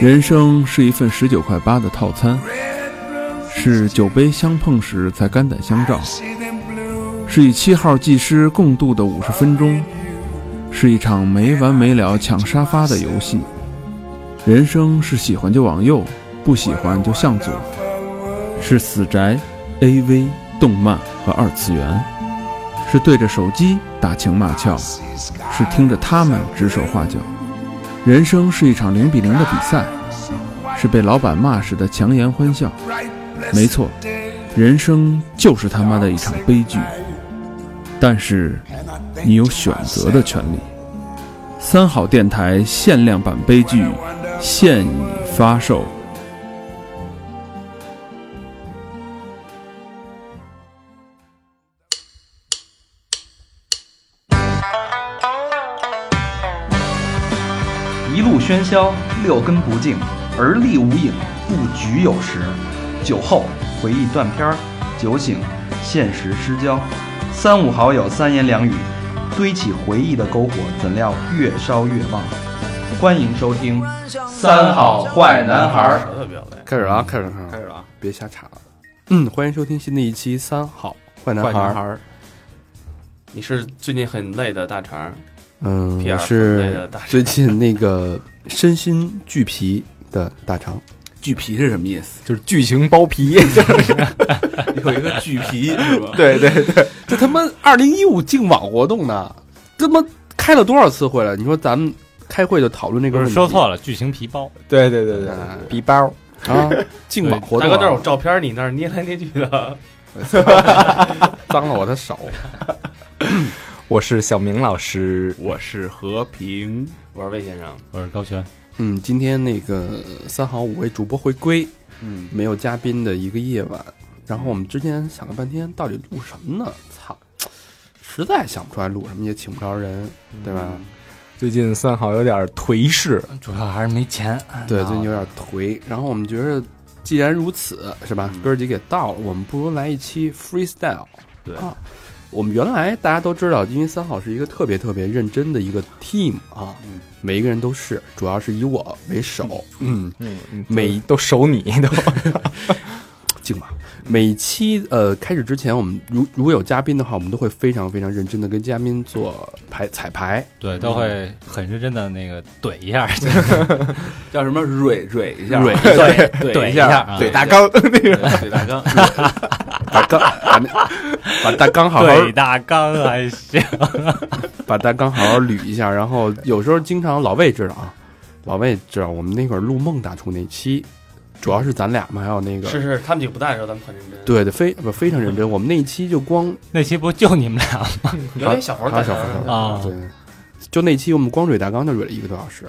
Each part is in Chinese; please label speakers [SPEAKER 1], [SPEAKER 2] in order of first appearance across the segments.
[SPEAKER 1] 人生是一份十九块八的套餐，是酒杯相碰时才肝胆相照，是与七号技师共度的五十分钟，是一场没完没了抢沙发的游戏。人生是喜欢就往右，不喜欢就向左，是死宅、AV、动漫和二次元，是对着手机打情骂俏，是听着他们指手画脚。人生是一场零比零的比赛，是被老板骂时的强颜欢笑。没错，人生就是他妈的一场悲剧。但是，你有选择的权利。三好电台限量版悲剧现已发售。
[SPEAKER 2] 一路喧嚣，六根不净，而立无影，不局有时。酒后回忆断片儿，酒醒现实失焦。三五好友三言两语，堆起回忆的篝火，怎料越烧越旺。欢迎收听《三好坏男孩儿》。
[SPEAKER 3] 开始啊，开始，开始啊！别瞎插了。嗯，欢迎收听新的一期《三好坏男
[SPEAKER 4] 坏
[SPEAKER 3] 孩
[SPEAKER 4] 男
[SPEAKER 3] 儿
[SPEAKER 4] 孩》。儿。你是最近很累的大肠儿，
[SPEAKER 3] 嗯，
[SPEAKER 4] PR
[SPEAKER 3] 我
[SPEAKER 4] 分类的
[SPEAKER 3] 是
[SPEAKER 4] 大肠
[SPEAKER 3] 最近那个身心俱疲的大肠。
[SPEAKER 1] 巨皮是什么意思？
[SPEAKER 5] 就是剧情包皮，
[SPEAKER 1] 有一个巨皮是吧？
[SPEAKER 3] 对对对，
[SPEAKER 5] 这他妈
[SPEAKER 3] 二零一五净网活动呢，他妈开了多少次会了？你说咱们开会就讨论这个
[SPEAKER 6] 不
[SPEAKER 3] 问
[SPEAKER 6] 是
[SPEAKER 3] 题，
[SPEAKER 6] 说错了，剧情皮包。
[SPEAKER 5] 对对对对，
[SPEAKER 3] 嗯
[SPEAKER 5] 皮包
[SPEAKER 3] 啊！净 网活动
[SPEAKER 4] 大哥，这儿
[SPEAKER 3] 啊
[SPEAKER 4] 有照片儿，你那儿捏来捏去的。
[SPEAKER 3] 脏了我的手。
[SPEAKER 5] 我是小明老师，
[SPEAKER 1] 我是和平，
[SPEAKER 4] 我说魏先生，
[SPEAKER 6] 我是高璇，
[SPEAKER 3] 嗯，今天那个三好五位主播回归，
[SPEAKER 1] 嗯，
[SPEAKER 3] 没有嘉宾的一个夜晚。然后我们之前想了半天，到底录什么呢？操，实在想不出来录什么，也请不着人，对吧？
[SPEAKER 5] 最近三好有点颓势，
[SPEAKER 6] 主要还是没钱。
[SPEAKER 3] 对，最近有点颓。然后我们觉得，既然如此，是
[SPEAKER 5] 嗯
[SPEAKER 3] 吧？哥儿几给到了，我们不如来一期 freestyle。
[SPEAKER 4] 对
[SPEAKER 3] 啊，我们原来大家都知道，因为三好是一个特别特别认真的一个 team 啊，每一个人都是，主要是以我为首，
[SPEAKER 5] 嗯嗯，
[SPEAKER 3] 每
[SPEAKER 5] 都守你都，
[SPEAKER 3] 敬吧。每期呃开始之前，我们如如果有嘉宾的话，我们都会非常非常认真的跟嘉宾做排彩排，
[SPEAKER 6] 对，都会很认真的那个怼一下，
[SPEAKER 1] 叫什么蕊蕊
[SPEAKER 5] 啊
[SPEAKER 1] 一下，
[SPEAKER 3] 蕊
[SPEAKER 6] 怼
[SPEAKER 1] 怼
[SPEAKER 6] 怼
[SPEAKER 1] 一
[SPEAKER 6] 一
[SPEAKER 1] 下
[SPEAKER 6] 下啊，
[SPEAKER 1] 对
[SPEAKER 5] 大纲
[SPEAKER 1] 对大纲，
[SPEAKER 3] 把刚把那把大纲好好
[SPEAKER 6] 怼大纲还行。
[SPEAKER 3] 把大纲好好捋一下。然后有时候经常老魏知道啊，老魏知道我们那会儿录孟大厨那期，主要是咱俩嘛，还有那个
[SPEAKER 4] 是是，他们几个不在的时候，咱们很认真。，
[SPEAKER 3] 对对非不非常
[SPEAKER 6] 嗯
[SPEAKER 3] 认真。我们那一期就光
[SPEAKER 6] 那期不就你们俩吗？
[SPEAKER 4] 有点小猴儿
[SPEAKER 3] 还有
[SPEAKER 4] 在
[SPEAKER 3] 小
[SPEAKER 4] 那儿
[SPEAKER 3] 何
[SPEAKER 4] 呢
[SPEAKER 6] 啊
[SPEAKER 3] 对，就那期我们光捋大纲就捋了一个多小时。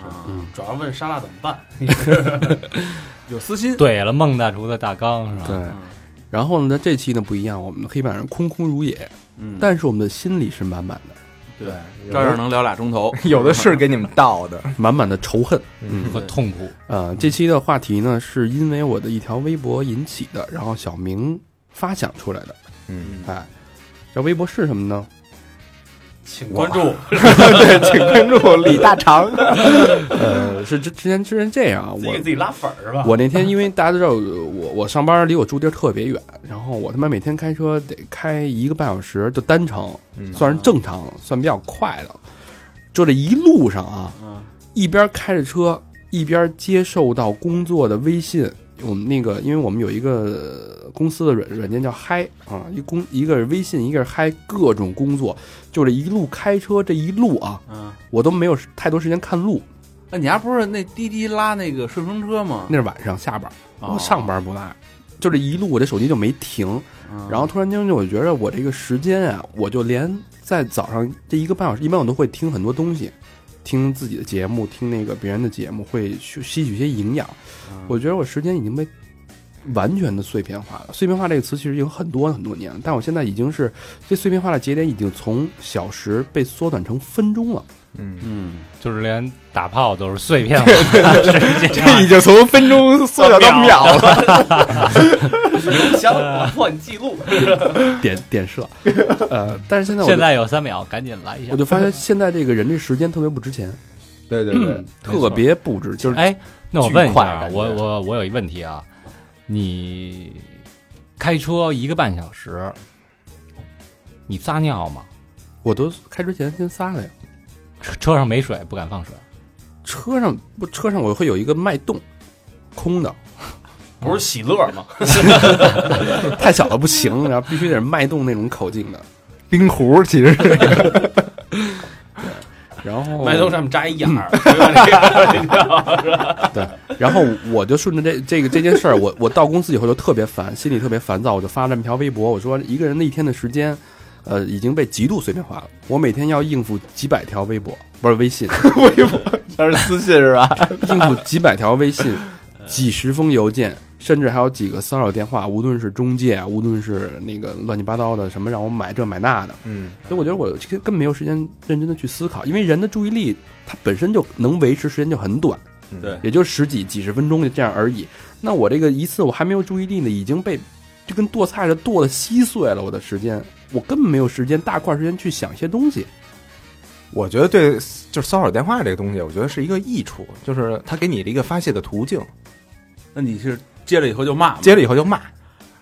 [SPEAKER 4] 啊
[SPEAKER 3] 嗯
[SPEAKER 4] 主要问沙拉怎么办？
[SPEAKER 1] 有私心，
[SPEAKER 6] 怼了孟大厨的大纲是
[SPEAKER 3] 对
[SPEAKER 6] 吧？，
[SPEAKER 3] 然后呢，这期呢不一样，我们的黑板上空空如也，
[SPEAKER 1] 嗯
[SPEAKER 3] 但是我们的心里是满满的，
[SPEAKER 4] 对，
[SPEAKER 1] 照样能聊俩钟头，
[SPEAKER 5] 有的是给你们倒的，
[SPEAKER 3] 满满的仇恨。嗯，
[SPEAKER 6] 和痛苦。
[SPEAKER 3] 呃，这期的话题呢，是因为我的一条微博引起的，然后小明发想出来的。
[SPEAKER 5] 嗯，
[SPEAKER 3] 哎，这微博是什么呢？
[SPEAKER 4] 请关注。
[SPEAKER 5] 请关注李大肠，
[SPEAKER 3] 呃，是之之前之前这样啊，
[SPEAKER 4] 自己给自
[SPEAKER 3] 我
[SPEAKER 4] 己拉粉儿是吧？
[SPEAKER 3] 我那天因为大家都知道呃我我上班离我住地儿特别远，然后我他妈每天开车得开一个半小时，就单程，
[SPEAKER 5] 嗯
[SPEAKER 3] 算是正常，算比较快的。就这一路上啊，
[SPEAKER 4] 嗯
[SPEAKER 3] 一边开着车，一边接受到工作的微信。我们那个，因为我们有一个呃公司的软软件叫嗨啊，一公一个是微信，一个是嗨，各种工作，就这一路开车这一路啊，
[SPEAKER 1] 嗯，
[SPEAKER 3] 我都没有太多时间看路，
[SPEAKER 1] 那你还不是那滴滴拉那个顺风车吗？
[SPEAKER 3] 那是晚上下班，
[SPEAKER 1] 哦
[SPEAKER 3] 我上班不赖，就这一路我这手机就没停，
[SPEAKER 1] 嗯
[SPEAKER 3] 然后突然间就我觉得我这个时间啊，我就连在早上这一个半小时，一般我都会听很多东西，听自己的节目，听那个别人的节目，会去吸取一些营养。
[SPEAKER 1] 嗯
[SPEAKER 3] 我觉得我时间已经被完全的碎片化了。碎片化这个词其实已经很多很多年了，但我现在已经是这碎片化的节点已经从小时被缩短成分钟了。
[SPEAKER 5] 嗯，
[SPEAKER 1] 嗯，
[SPEAKER 6] 就是连打炮都是碎片化，是这样
[SPEAKER 3] 啊
[SPEAKER 5] 已经从分钟缩小到秒了，
[SPEAKER 4] 邮箱我破你记录。
[SPEAKER 3] 点点射，呃，但是现在我就
[SPEAKER 6] 现在有三秒，赶紧来一下
[SPEAKER 3] 我。就发现现在这个人这时间特别不值钱，
[SPEAKER 5] 对对对，
[SPEAKER 3] 特别布置，就是
[SPEAKER 6] 哎，那我问一下啊，
[SPEAKER 5] 巨快
[SPEAKER 6] 我
[SPEAKER 5] 感觉
[SPEAKER 6] 我我有一问题啊，你开车一个半小时，你撒尿吗？
[SPEAKER 3] 我都开之前先撒了呀。
[SPEAKER 6] 车车上没水，不敢放水。
[SPEAKER 3] 车上不，车上我会有一个脉动，空 的，
[SPEAKER 4] 不是喜乐吗？
[SPEAKER 3] 太小了不行，然后必须得是脉动那种口径的。
[SPEAKER 5] 冰壶其实是
[SPEAKER 3] 然后
[SPEAKER 4] 麦兜上面扎一眼儿， 对吧这个
[SPEAKER 3] 对，然后我就顺着这这个这件事儿，我我到公司以后就特别烦，心里特别烦躁，我就发了这么条微博，我说一个人的一天的时间，呃，已经被极度碎片化了。我每天要应付几百条微博，不是微 信，
[SPEAKER 5] 全是私信是吧？
[SPEAKER 3] 应付几百条微信，几十封邮件，甚至还有几个骚扰电话，无论是中介啊，无论是那个乱七八糟的什么让我买这买那的，
[SPEAKER 5] 嗯，
[SPEAKER 3] 所以我觉得我其实根本没有时间认真的去思考，因为人的注意力它本身就能维持时间就很短，
[SPEAKER 4] 对
[SPEAKER 3] 也就十几几十分钟就这样而已。那我这个一次我还没有注意力呢，已经被就跟剁菜似的剁的稀碎了我的时间，我根本没有时间大块时间去想一些东西。
[SPEAKER 5] 我觉得对，就是骚扰电话这个东西，我觉得是一个益处，就是它给你的一个发泄的途径。
[SPEAKER 7] 那你是接了以后就骂吗？
[SPEAKER 5] 接了以后就骂，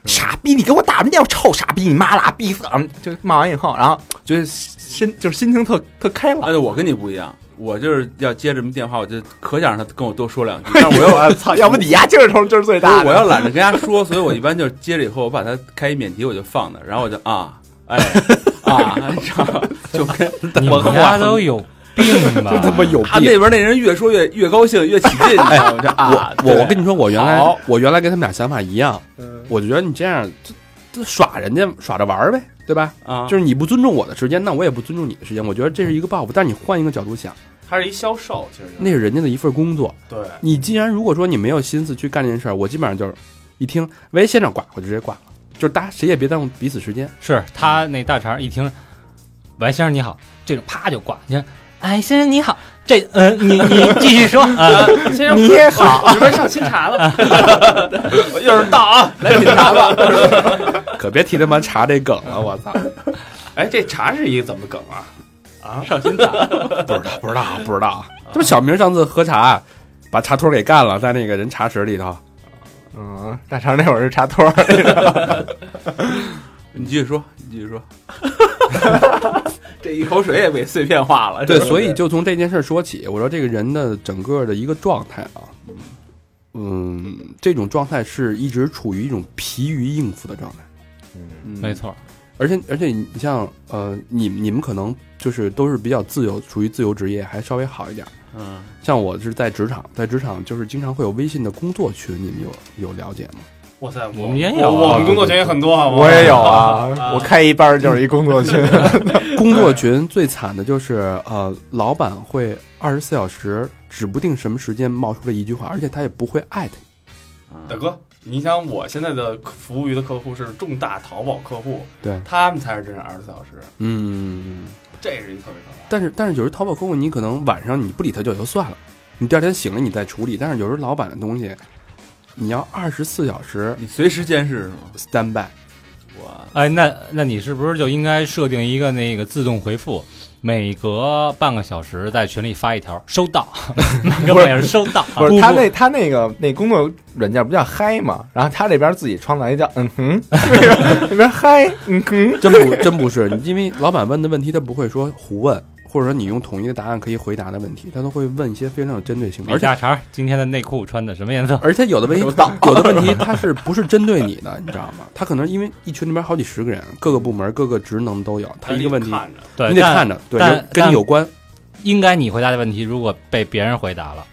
[SPEAKER 5] 傻逼，你给我打什么电话？臭傻逼，你妈啦，逼死了！就骂完以后， 然后觉得心就是心情特特开朗。
[SPEAKER 7] 哎，我跟你不一样，我就是要接这么电话，我就可想让他跟我多说两句，但是我又
[SPEAKER 5] 我啊操，要不你丫劲儿头就是最
[SPEAKER 7] 不
[SPEAKER 5] 大
[SPEAKER 7] 是我
[SPEAKER 5] 的。
[SPEAKER 7] 要懒得跟人家说，所以我一般就是接了以后，我把它开一免提，我就放那儿，然后我就啊，哎啊，然后就跟
[SPEAKER 6] 你们家都有病吧？
[SPEAKER 5] 他妈有
[SPEAKER 7] 啊那边那人越说越越高兴，越起 劲，你知道吗？就啊，
[SPEAKER 3] 我我
[SPEAKER 7] 对
[SPEAKER 3] 跟你说，我原来
[SPEAKER 7] 好
[SPEAKER 3] 我原来跟他们俩想法一样，我就觉得你这样这这耍人家耍着玩儿呗，对吧？
[SPEAKER 7] 啊，
[SPEAKER 3] 就是你不尊重我的时间，那我也不尊重你的时间。我觉得这是一个报复，但是你换一个角度想，
[SPEAKER 4] 他是一销售，其实就
[SPEAKER 3] 那是人家的一份工作。
[SPEAKER 4] 对
[SPEAKER 3] 你既然如果说你没有心思去干这件事儿，我基本上就是一听喂现场挂，我就直接挂了，就是大家谁也别耽误彼此时间。
[SPEAKER 6] 是他那大肠一听，喂，先生你好，这种啪就挂。你看，哎，先生你好，这呃，你你继续说啊，
[SPEAKER 4] 先生
[SPEAKER 6] 你也好，
[SPEAKER 4] 我这边上新 茶了，我一会儿到啊，来品茶吧。
[SPEAKER 3] 可别提他妈查这梗了，我操！
[SPEAKER 4] 哎，这茶是一个怎么梗啊？啊，上新茶，
[SPEAKER 3] 不知道，不知道，不知
[SPEAKER 5] 啊
[SPEAKER 3] 道。这不小明上次喝茶，啊把茶托给干了，在那个人茶室里头。
[SPEAKER 5] 嗯，大肠那会儿是插托儿，
[SPEAKER 7] 你继续说，你继续说， 这一口水也被碎片化了，
[SPEAKER 3] 对，
[SPEAKER 7] 这
[SPEAKER 3] 所以就从这件事儿说起，我说这个人的整个的一个状态啊，嗯，这种状态是一直处于一种疲于应付的状态。
[SPEAKER 6] 没错，
[SPEAKER 3] 而且而且你像呃，你你们可能就是都是比较自由，属于自由职业，还稍微好一点。
[SPEAKER 7] 嗯，
[SPEAKER 3] 像我是在职场，在职场就是经常会有微信的工作群，你们有有了解吗？
[SPEAKER 4] 哇塞，
[SPEAKER 6] 我们也有啊
[SPEAKER 4] 我我们工作群也很多，好不好？
[SPEAKER 5] 我也有啊，我开一班儿就是一工 作群，
[SPEAKER 3] 工作群最惨的就是呃，老板会二十四小时指不定什么时间冒出了一句话，而且他也不会艾特你。
[SPEAKER 4] 大哥，你想我现在的服务于的客户是重大淘宝客户，
[SPEAKER 3] 对
[SPEAKER 4] 他们才是真正二十四小时，
[SPEAKER 3] 嗯，
[SPEAKER 4] 这是一特别可怕。
[SPEAKER 3] 但是但是有时候淘宝客户，你可能晚上你不理他就也就算了，你第二天醒了你再处理。但是有时候老板的东西，你要二十四小时
[SPEAKER 7] 你随时监视是吗？
[SPEAKER 3] stand by。
[SPEAKER 7] 我
[SPEAKER 6] 哎，那那你是不是就应该设定一个那个自动回复，每隔半个小时在群里发一条“收到”， 每个小时收到，啊
[SPEAKER 5] 不是他那他那个那工作软件不叫嗨嘛，然后他这边自己创造一叫嗯哼， 那边嗨嗯哼，
[SPEAKER 3] 真不真不是，因为老板问的问题他不会说胡问，或者说你用统一的答案可以回答的问题，他都会问一些非常有针对性的，而
[SPEAKER 6] 李
[SPEAKER 3] 且
[SPEAKER 6] 大肠今天的内裤穿的什么颜色？
[SPEAKER 3] 而且有的问题，有的问题他是不是针对你的，你知道吗？他可能因为一群里边好几十个人，各个部门、各个职能都有，他一个问题
[SPEAKER 4] 看着，
[SPEAKER 6] 对，
[SPEAKER 3] 你得
[SPEAKER 6] 但
[SPEAKER 3] 看着，对，
[SPEAKER 6] 但
[SPEAKER 3] 人跟你有关，
[SPEAKER 6] 应该你回答的问题，如果被别人回答了，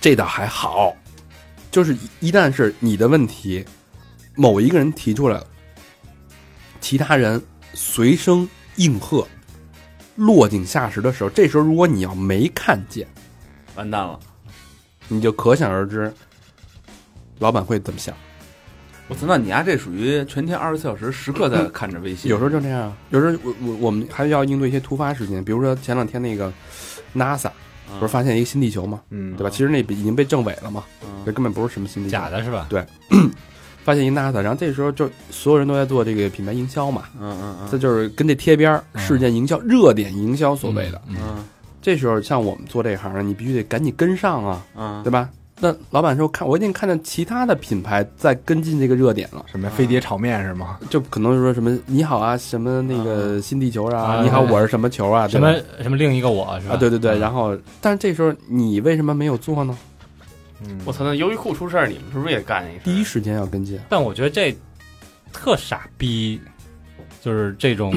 [SPEAKER 3] 这倒还好，就是一一旦是你的问题，某一个人提出来了，其他人随声应和，落井下石的时候，这时候如果你要没看见。
[SPEAKER 7] 完蛋了，
[SPEAKER 3] 你就可想而知，老板会怎么想。
[SPEAKER 7] 我操，那你丫这属于全天二十四小时时刻在看着微信，
[SPEAKER 3] 有时候就这样啊，有时候我我我们还要应对一些突发事件，比如说前两天那个 NASA
[SPEAKER 6] 啊
[SPEAKER 3] 不是发现一个新地球吗？
[SPEAKER 5] 嗯
[SPEAKER 3] 对吧？其实那已经被证伪了嘛，
[SPEAKER 7] 嗯
[SPEAKER 3] 这根本不是什么新地球
[SPEAKER 6] 啊假，的是吧？
[SPEAKER 3] 发现一 NASA，然后这时候就所有人都在做这个品牌营销嘛，
[SPEAKER 7] 嗯嗯嗯
[SPEAKER 3] 这就是跟这贴边儿
[SPEAKER 6] 嗯
[SPEAKER 3] 事件营销、热点营销所谓的。
[SPEAKER 6] 嗯，嗯
[SPEAKER 7] 嗯
[SPEAKER 3] 这时候像我们做这行的，你必须得赶紧跟上啊，
[SPEAKER 7] 嗯
[SPEAKER 3] 对吧？那老板说看，我已经看见其他的品牌在跟进这个热点了，
[SPEAKER 5] 什么呀飞碟炒面是吗？
[SPEAKER 3] 就可能说什么你好啊，什么那个新地球啊，
[SPEAKER 6] 啊
[SPEAKER 3] 你好我是什么球啊，对
[SPEAKER 6] 什
[SPEAKER 3] 吧
[SPEAKER 6] 么什么另一个我是吧？嗯
[SPEAKER 3] 啊，对对对，然后但是这时候你为什么没有做呢？
[SPEAKER 5] 嗯
[SPEAKER 4] 我操，那优衣库出事儿，你们是不是也干一
[SPEAKER 3] 第一
[SPEAKER 4] 个？
[SPEAKER 3] 时间要跟进，
[SPEAKER 6] 但我觉得这特傻逼，就是这种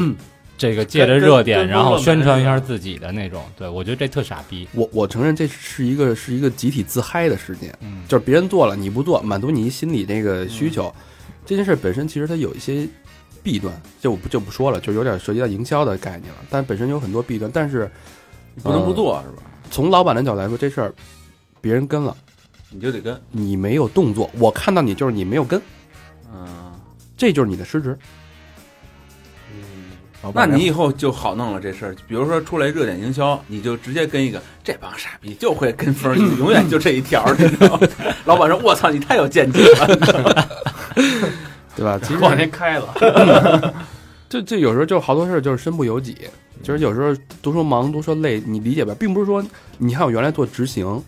[SPEAKER 6] 这个借着热点，
[SPEAKER 4] 跟跟
[SPEAKER 6] 然后宣传一下自己的那种。对我觉得这特傻逼。
[SPEAKER 3] 我我承认这是一个是一个集体自嗨的事件，
[SPEAKER 6] 嗯，
[SPEAKER 3] 就是别人做了你不做，满足你心理这个需求，这件事本身其实它有一些弊端，就我不就不说了，就有点涉及到营销的概念了，但本身有很多弊端，但是
[SPEAKER 7] 你不能不做
[SPEAKER 4] 嗯
[SPEAKER 7] 是吧？
[SPEAKER 3] 从老板的角度来说，这事儿别人跟了，
[SPEAKER 7] 你就得跟，
[SPEAKER 3] 你没有动作，我看到你就是你没有跟，
[SPEAKER 7] 嗯，
[SPEAKER 3] 这就是你的失职。
[SPEAKER 7] 那
[SPEAKER 5] 老板
[SPEAKER 7] 你以后就好弄了这事儿。比如说出来热点营销，你就直接跟一个这帮傻逼就会跟风，你永远就这一条儿，你知道吗？老板说：“我操，你太有见解了。
[SPEAKER 3] 对吧？ 其实
[SPEAKER 4] 过两天开了，
[SPEAKER 3] 这这有时候就好多事儿就是身不由己，就是有时候多说忙多说累，你理解吧，并不是说你看我原来做执行，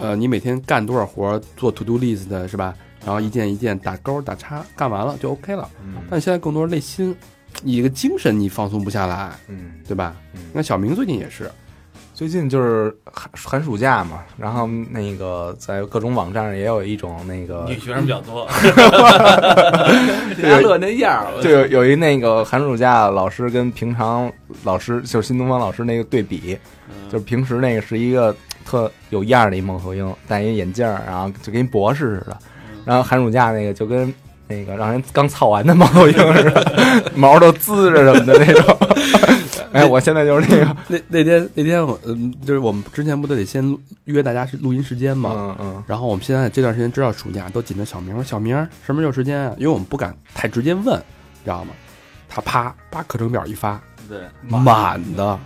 [SPEAKER 3] 呃，你每天干多少活儿，做 to do list 的是吧？然后一件一件打勾打叉，干完了就 OK 了。
[SPEAKER 5] 嗯
[SPEAKER 3] 但现在更多是内心，你这个精神你放松不下来，
[SPEAKER 5] 嗯，
[SPEAKER 3] 对吧
[SPEAKER 5] 嗯？
[SPEAKER 3] 那小明最近也是，
[SPEAKER 5] 最近就是寒寒暑假嘛，然后那个在各种网站上也有一种那个
[SPEAKER 4] 女学生比较多，
[SPEAKER 7] 大家乐那样儿，
[SPEAKER 5] 就有有一那个寒暑假老师跟平常老师，就是新东方老师那个对比，
[SPEAKER 7] 嗯
[SPEAKER 5] 就是平时那个是一个特有样儿的一孟鹤英，戴一眼镜儿，然后就跟一博士似的，
[SPEAKER 7] 嗯
[SPEAKER 5] 然后寒暑假那个就跟那个让人刚操完的孟 鹤英似的，毛都滋着什么的那种。 哎，我现在就是那个，
[SPEAKER 3] 那那天那天我嗯，就是我们之前不都得先录约大家是录音时间吗？
[SPEAKER 5] 嗯嗯，
[SPEAKER 3] 然后我们现在这段时间知道暑假都紧着小明，我说小明什么时候有时间啊？因为我们不敢太直接问，知道吗？他啪把课程表一发，
[SPEAKER 7] 对，
[SPEAKER 3] 满的，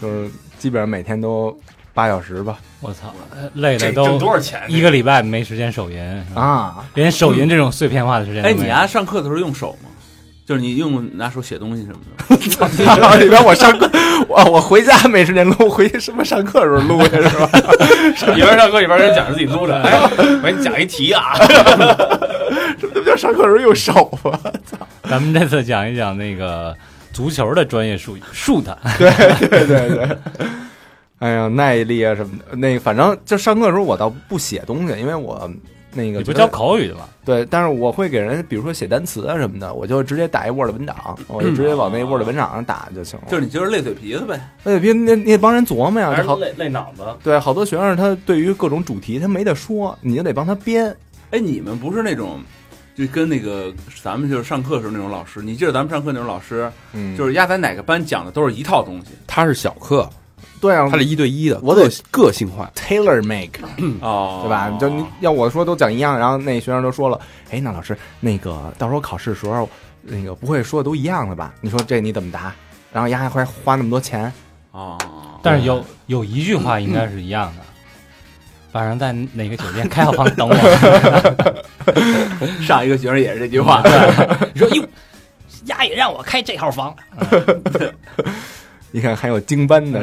[SPEAKER 5] 就是基本上每天都八小时吧。
[SPEAKER 6] 我操，呃累的
[SPEAKER 4] 这挣
[SPEAKER 6] 都
[SPEAKER 4] 多少钱？
[SPEAKER 6] 一个礼拜没时间手淫是吧
[SPEAKER 5] 啊，
[SPEAKER 6] 连手淫这种碎片化的时间都
[SPEAKER 7] 哎，
[SPEAKER 6] 没有。
[SPEAKER 7] 你啊，上课的时候用手吗？就是你用拿手写东西什么的吗，
[SPEAKER 5] 里边我上课， 我我回家没时间录，回去什么上课的时候录去是吧？
[SPEAKER 4] 一边上课一边跟人讲着自己撸着，哎， 我给你讲一题啊，
[SPEAKER 5] 那不叫上课的时候用手吗？
[SPEAKER 6] 咱们这次讲一讲那个足球的专业术语，shoot，
[SPEAKER 5] 对对对。 哎呀，耐力啊什么的，那反正就上课的时候我倒不写东西，因为我那
[SPEAKER 6] 你
[SPEAKER 5] 个
[SPEAKER 6] 不
[SPEAKER 5] 觉得
[SPEAKER 6] 教口语的吗？
[SPEAKER 5] 对，但是我会给人，比如说写单词啊什么的，我就直接打一 Word 文档，我就直接往那 Word 文档上打就行了。
[SPEAKER 7] 就是你就是累嘴皮子呗。
[SPEAKER 5] 那别那那帮人琢磨呀，
[SPEAKER 4] 还
[SPEAKER 5] 这
[SPEAKER 4] 是
[SPEAKER 5] 好
[SPEAKER 4] 累累脑子。
[SPEAKER 5] 对好多学生他对于各种主题他没得说，你就得帮他编。
[SPEAKER 7] 哎，你们不是那种，就跟那个咱们就是上课时候那种老师，你记得咱们上课那种老师，
[SPEAKER 5] 嗯
[SPEAKER 7] 就是压在哪个班讲的都是一套东西
[SPEAKER 3] 他是小课，
[SPEAKER 5] 对啊，
[SPEAKER 3] 他是一对一的，
[SPEAKER 5] 我得
[SPEAKER 3] 个个性化。
[SPEAKER 5] tailor make。
[SPEAKER 7] 哦
[SPEAKER 5] 嗯对吧？就你要我说都讲一样，然后那学生都说了，哎，那老师，那个到时候考试的时候，那个不会说的都一样的吧？你说这你怎么答？然后丫还花花那么多钱，
[SPEAKER 7] 哦，
[SPEAKER 6] 但是有有一句话应该是一样的，晚上在哪个酒店开好房等我。
[SPEAKER 7] 上一个学生也是这句 话，
[SPEAKER 6] 你说哟，丫也让我开这号房，
[SPEAKER 5] 你看还有精班的，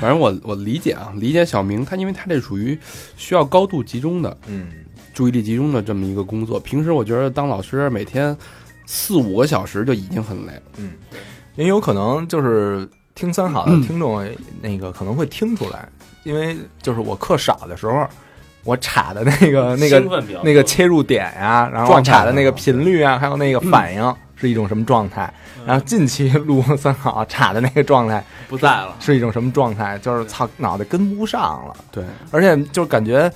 [SPEAKER 3] 反正我我理解啊，理解小明他，因为他这属于需要高度集中的
[SPEAKER 5] 嗯，
[SPEAKER 3] 注意力集中的这么一个工作。平时我觉得当老师每天四五个小时就已经很累了。
[SPEAKER 5] 也有可能就是听三好的听众，那个可能会听出来，因为就是我课少的时候，我插的那个呃那个
[SPEAKER 4] 兴奋比较多
[SPEAKER 5] 那个切入点呀、然后
[SPEAKER 3] 状态
[SPEAKER 5] 插的那个频率啊，还有那个
[SPEAKER 7] 嗯
[SPEAKER 5] 反应是一种什么状态？然后近期录三好 插的那个状态。
[SPEAKER 7] 不在了。
[SPEAKER 5] 是一种什么状态？就是操，脑袋跟不上了，
[SPEAKER 3] 对，
[SPEAKER 5] 而且就是感觉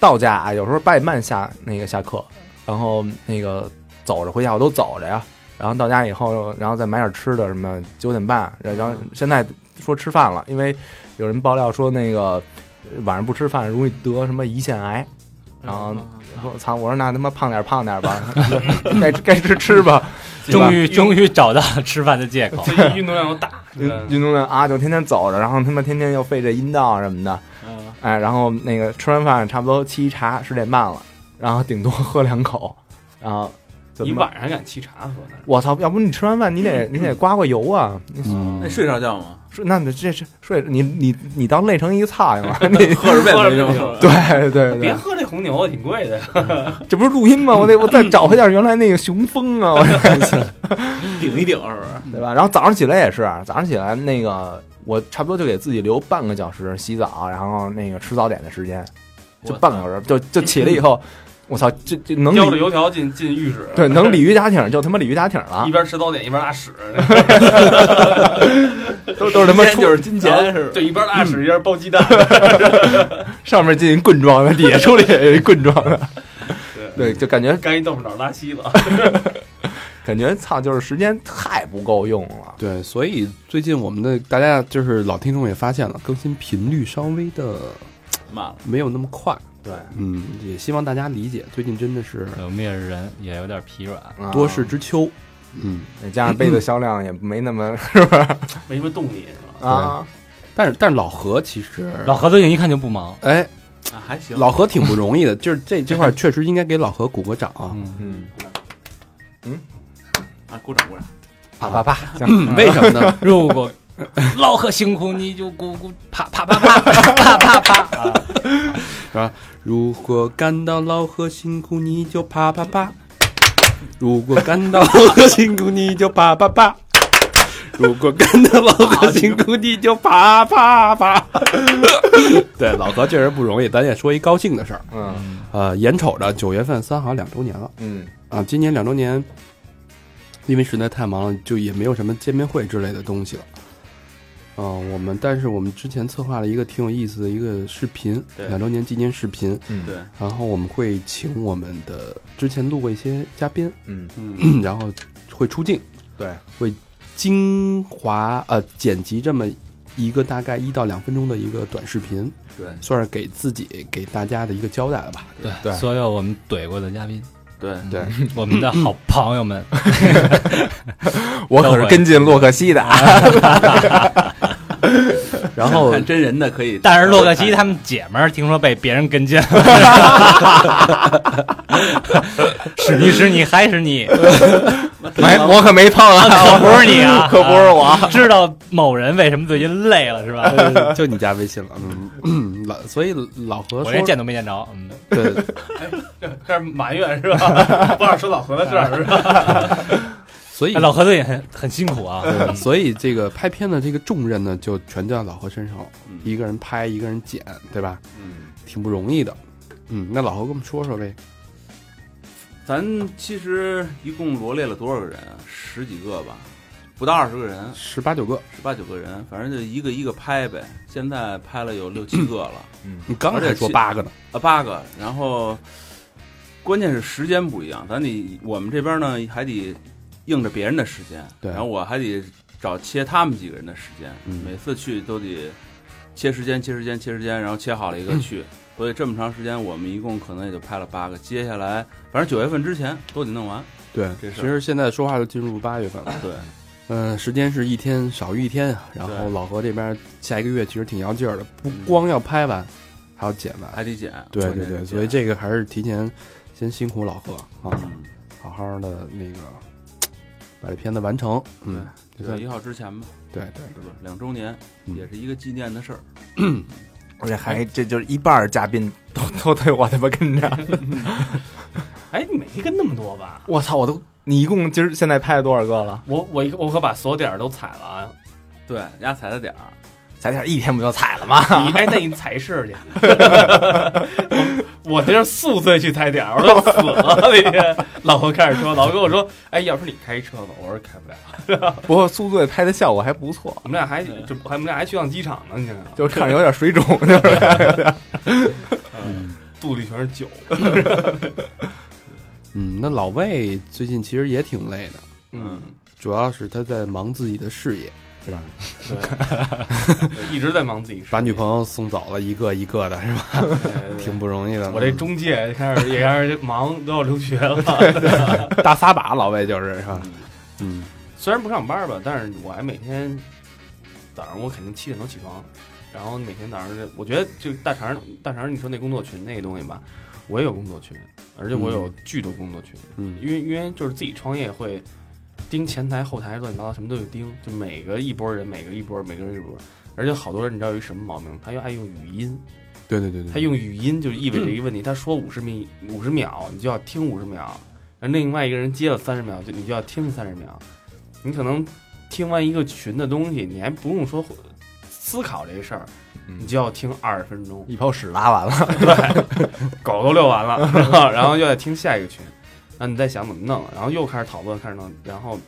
[SPEAKER 5] 到家啊，有时候八点半下那个下课，然后那个走着回家，我都走着呀。然后到家以后，然后再买点吃的，什么九点半，然后
[SPEAKER 7] 嗯
[SPEAKER 5] 现在说吃饭了，因为有人爆料说那个呃晚上不吃饭容易得什么胰腺癌，
[SPEAKER 4] 嗯
[SPEAKER 5] 然后说操，我说那他妈胖点儿胖点儿吧， 该该吃吃吧，
[SPEAKER 6] 终于终于找到了吃饭的借口。
[SPEAKER 4] 这运动量 又大，
[SPEAKER 5] 运运动量啊，就天天走着，然后他妈天天又费这阴道啊什么的，
[SPEAKER 7] 嗯
[SPEAKER 5] 哎，然后那个吃完饭差不多沏一茶，十点半了，然后顶多喝两口，然后怎
[SPEAKER 4] 你
[SPEAKER 5] 么办？
[SPEAKER 4] 晚上敢沏茶喝呢？
[SPEAKER 5] 我操，要不你吃完饭你得你得刮刮油啊！你
[SPEAKER 1] 嗯
[SPEAKER 7] 嗯那，睡着觉吗？
[SPEAKER 5] 说那你这这睡你你你当累成一个苍蝇 了，你
[SPEAKER 7] 喝着
[SPEAKER 4] 喝
[SPEAKER 7] 胃没
[SPEAKER 4] 着不
[SPEAKER 7] 用。
[SPEAKER 4] 行，
[SPEAKER 5] 对对对，
[SPEAKER 4] 别喝这红牛，挺贵的。
[SPEAKER 5] 这不是录音吗？我得我
[SPEAKER 7] 嗯
[SPEAKER 5] 再找回点原来那个雄 风啊，我
[SPEAKER 7] 顶一顶是不是？
[SPEAKER 5] 对吧？然后早上起来也是，早上起来那个我差不多就给自己留半个小时洗澡，然后那个吃早点的时间，就半个小时，就就起来以后，我操，这这能
[SPEAKER 4] 浇着
[SPEAKER 5] 鲤
[SPEAKER 4] 油条进进浴室，
[SPEAKER 5] 对能鲤鱼打挺就他妈鲤鱼打挺了
[SPEAKER 4] 一，边吃早点一边拉屎，
[SPEAKER 5] 都都是他妈
[SPEAKER 7] 时间
[SPEAKER 5] 出啊
[SPEAKER 7] 就是金钱是吧？
[SPEAKER 4] 对，一边拉屎一边包鸡蛋。
[SPEAKER 5] 上面进行棍状的，底下出来也是棍状的，
[SPEAKER 4] 对，
[SPEAKER 5] 对，就感觉
[SPEAKER 4] 干一豆腐脑拉稀 了。
[SPEAKER 5] 感觉操，就是时间太不够用了。
[SPEAKER 3] 对，所以最近我们的大家就是老听众也发现了，更新频率稍微的
[SPEAKER 7] 慢了，
[SPEAKER 3] 没有那么快。
[SPEAKER 5] 对，
[SPEAKER 3] 嗯，也希望大家理解，最近真的是
[SPEAKER 6] 对我们也是人，也有点疲软。
[SPEAKER 5] 啊
[SPEAKER 3] 多事之秋。嗯，
[SPEAKER 5] 再加上杯子销量也没那么
[SPEAKER 4] 没什么动力是吧？
[SPEAKER 5] 啊，
[SPEAKER 3] 但是但是老何其实
[SPEAKER 6] 老何最近一看就不忙，
[SPEAKER 3] 哎，
[SPEAKER 7] 啊还行。
[SPEAKER 3] 老何挺不容易的，就是这这 块儿确实应该给老何鼓个掌啊。
[SPEAKER 6] 嗯，
[SPEAKER 5] 嗯，
[SPEAKER 7] 嗯啊，鼓掌鼓掌。
[SPEAKER 5] 啪啪啪，行
[SPEAKER 3] 嗯为什么呢？
[SPEAKER 6] 如 果老何辛苦，你就咕咕啪啪啪啪啪啪啪。啊
[SPEAKER 3] 如果感到老何辛苦，你就啪啪啪；如果感到老何辛苦，你就啪啪啪；如果感到老何辛苦，你就啪啪啪。对，老何确实不容易，咱也说一高兴的事儿。
[SPEAKER 5] 嗯
[SPEAKER 3] 呃，眼瞅着九月份三好两周年了
[SPEAKER 5] 嗯
[SPEAKER 3] 啊，今年两周年，因为实在太忙了，就也没有什么见面会之类的东西了。嗯、我们但是我们之前策划了一个挺有意思的一个视频，
[SPEAKER 7] 对
[SPEAKER 3] 两周年纪念视频，
[SPEAKER 5] 嗯
[SPEAKER 7] 对，
[SPEAKER 3] 然后我们会请我们的之前录过一些嘉宾，
[SPEAKER 5] 嗯
[SPEAKER 7] 嗯，
[SPEAKER 3] 然后会出镜，
[SPEAKER 5] 对，
[SPEAKER 3] 会精华呃剪辑这么一个大概一到两分钟的一个短视频，
[SPEAKER 7] 对
[SPEAKER 3] 算是给自己给大家的一个交代了吧。
[SPEAKER 6] 对
[SPEAKER 5] 对
[SPEAKER 6] 所有我们怼过的嘉宾，
[SPEAKER 7] 对，
[SPEAKER 3] 对，
[SPEAKER 6] 我们的好朋友们，
[SPEAKER 5] 我可是跟进洛克 希的啊，
[SPEAKER 3] 然后
[SPEAKER 7] 看真人的可以，
[SPEAKER 6] 但是洛克希他们姐们儿听说被别人跟进了，是你是你还是你？
[SPEAKER 5] 没，我可没碰啊，
[SPEAKER 6] 可不是你啊，
[SPEAKER 5] 可不是我，
[SPEAKER 6] 知道某人为什么最近累了是吧？
[SPEAKER 3] 呃就你加微信了，嗯，老所以老何
[SPEAKER 6] 我
[SPEAKER 3] 说
[SPEAKER 6] 连见都没见着，嗯，
[SPEAKER 3] 对
[SPEAKER 4] 开始埋怨是吧？ 不想说老何的事儿是
[SPEAKER 5] 啊
[SPEAKER 4] 吧？
[SPEAKER 3] 所以
[SPEAKER 6] 哎老何最近很很辛苦啊，
[SPEAKER 3] 对，所以这个拍片的这个重任呢，就全在老何身上了
[SPEAKER 7] 嗯，
[SPEAKER 3] 一个人拍，一个人剪，对吧？
[SPEAKER 7] 嗯，
[SPEAKER 3] 挺不容易的。嗯，那老何跟我们说说呗。
[SPEAKER 7] 咱其实一共罗列了多少个人啊？十几个吧，不到二十个人，
[SPEAKER 3] 十八九个，
[SPEAKER 7] 十八九个人，反正就一个一个拍呗。现在拍了有六七个了，
[SPEAKER 3] 你刚才说八个呢，
[SPEAKER 7] 啊，八个，然后关键是时间不一样，咱得我们这边呢还得应着别人的时间，
[SPEAKER 3] 对
[SPEAKER 7] 然后我还得找切他们几个人的时间，
[SPEAKER 3] 嗯
[SPEAKER 7] 每次去都得切时间、切时间、切时间，然后切好了一个 去，所以这么长时间我们一共可能也就拍了八个，接下来反正九月份之前都得弄完，
[SPEAKER 3] 对，
[SPEAKER 7] 这
[SPEAKER 3] 其
[SPEAKER 7] 是
[SPEAKER 3] 实现在说话就进入八月份 了，
[SPEAKER 7] 对，
[SPEAKER 3] 嗯、时间是一天少于一天啊。然后
[SPEAKER 7] 对
[SPEAKER 3] 老何这边下一个月其实挺要劲儿的，不
[SPEAKER 7] 嗯
[SPEAKER 3] 光要拍完，还要剪完。
[SPEAKER 7] 还得剪，
[SPEAKER 3] 对
[SPEAKER 7] 关
[SPEAKER 3] 对
[SPEAKER 7] 键
[SPEAKER 3] 对，
[SPEAKER 7] 是
[SPEAKER 3] 所以
[SPEAKER 7] 剪
[SPEAKER 3] 这个还是提前先辛苦老何啊，
[SPEAKER 7] 嗯
[SPEAKER 3] 好好的那个把这片子完成。嗯，就
[SPEAKER 7] 九
[SPEAKER 3] 算
[SPEAKER 7] 月一号之前吧，
[SPEAKER 3] 对对，
[SPEAKER 7] 是吧？两周年
[SPEAKER 3] 嗯
[SPEAKER 7] 也是一个纪念的事儿，
[SPEAKER 5] 而且还这就是一半儿嘉宾都都对我他妈跟着，
[SPEAKER 4] 哎，你没跟那么多吧？
[SPEAKER 5] 我操，我都你一共今儿现在拍了多少个了？
[SPEAKER 4] 我我一我可把所有点儿都踩了啊！
[SPEAKER 7] 对，压踩的点儿，
[SPEAKER 5] 咱俩一天不就踩了吗？
[SPEAKER 4] 你哎，那你踩试去。 我我这是宿醉去踩点儿，我都死了那天。老何开着车，老何跟我说：“哎，要不你开车吧？”我说：“开不了。
[SPEAKER 5] 不过宿醉拍的效果还不错”，
[SPEAKER 4] 我们俩还这还我们俩还去趟机场呢，你想想，
[SPEAKER 5] 就看着有点水肿， 就是
[SPEAKER 4] 肚里全是酒。
[SPEAKER 3] 嗯，那老魏最近其实也挺累的，
[SPEAKER 7] 嗯，
[SPEAKER 3] 主要是他在忙自己的事业，对吧？
[SPEAKER 4] 对一直在忙自己事。
[SPEAKER 3] 把女朋友送走了一个一个的，是吧？
[SPEAKER 4] 友
[SPEAKER 3] 挺不容易的。
[SPEAKER 4] 我这中介开始也开始忙，都要留学了。
[SPEAKER 3] 大撒把，老魏就是是吧？嗯，
[SPEAKER 4] 虽然不上班吧，但是我还每天早上我肯定七点多起床，然后每天早上这我觉得就大肠大肠你说那工作群那个东西吧，我也有工作群，而且我有巨多工作群，
[SPEAKER 3] 嗯
[SPEAKER 4] 因为因为就是自己创业会盯前台、后台乱七八糟什么都有盯，就每个一波人，每个一波，每个人一波。而且好多人你知道有一什么毛病？他又爱用语音，
[SPEAKER 3] 对对对嗯对，
[SPEAKER 4] 他用语音就意味着一个问题，他说五十米五十秒，你就要听五十秒，而另外一个人接了三十秒，就你就要听三十秒。你可能听完一个群的东西，你还不用说思考这事儿，
[SPEAKER 3] 嗯
[SPEAKER 4] 你就要听二十分钟。
[SPEAKER 5] 一泡屎拉完了，
[SPEAKER 4] 狗都遛完了， 然后然后又在听下一个群，然后你在想怎么弄，啊然后又开始讨论，开始弄，然后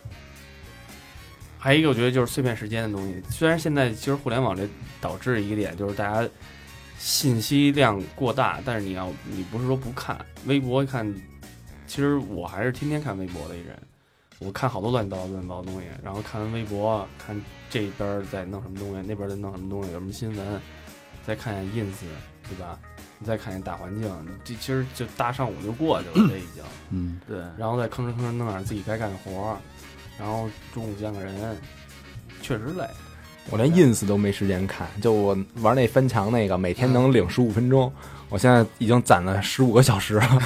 [SPEAKER 4] 还有一个我觉得就是碎片时间的东西。虽然现在其实互联网这导致一个点就是大家信息量过大，但是你要你不是说不看微博看，其实我还是天天看微博的一人。我看好多乱糟乱糟的东西，然后看完微博，看这边儿在弄什么东西，那边儿在弄什么东西，有什么新闻，再看一下 ins，对吧？你再看一大环境，这其实就大上午就过去了，这已经。
[SPEAKER 3] 嗯
[SPEAKER 7] 对，
[SPEAKER 4] 然后再吭哧吭哧弄点自己该干的活儿，然后中午见个人，确实累。
[SPEAKER 5] 我连 ins 都没时间看，就我玩那翻墙那个，每天能领十五分钟，我现在已经攒了十五个小时了。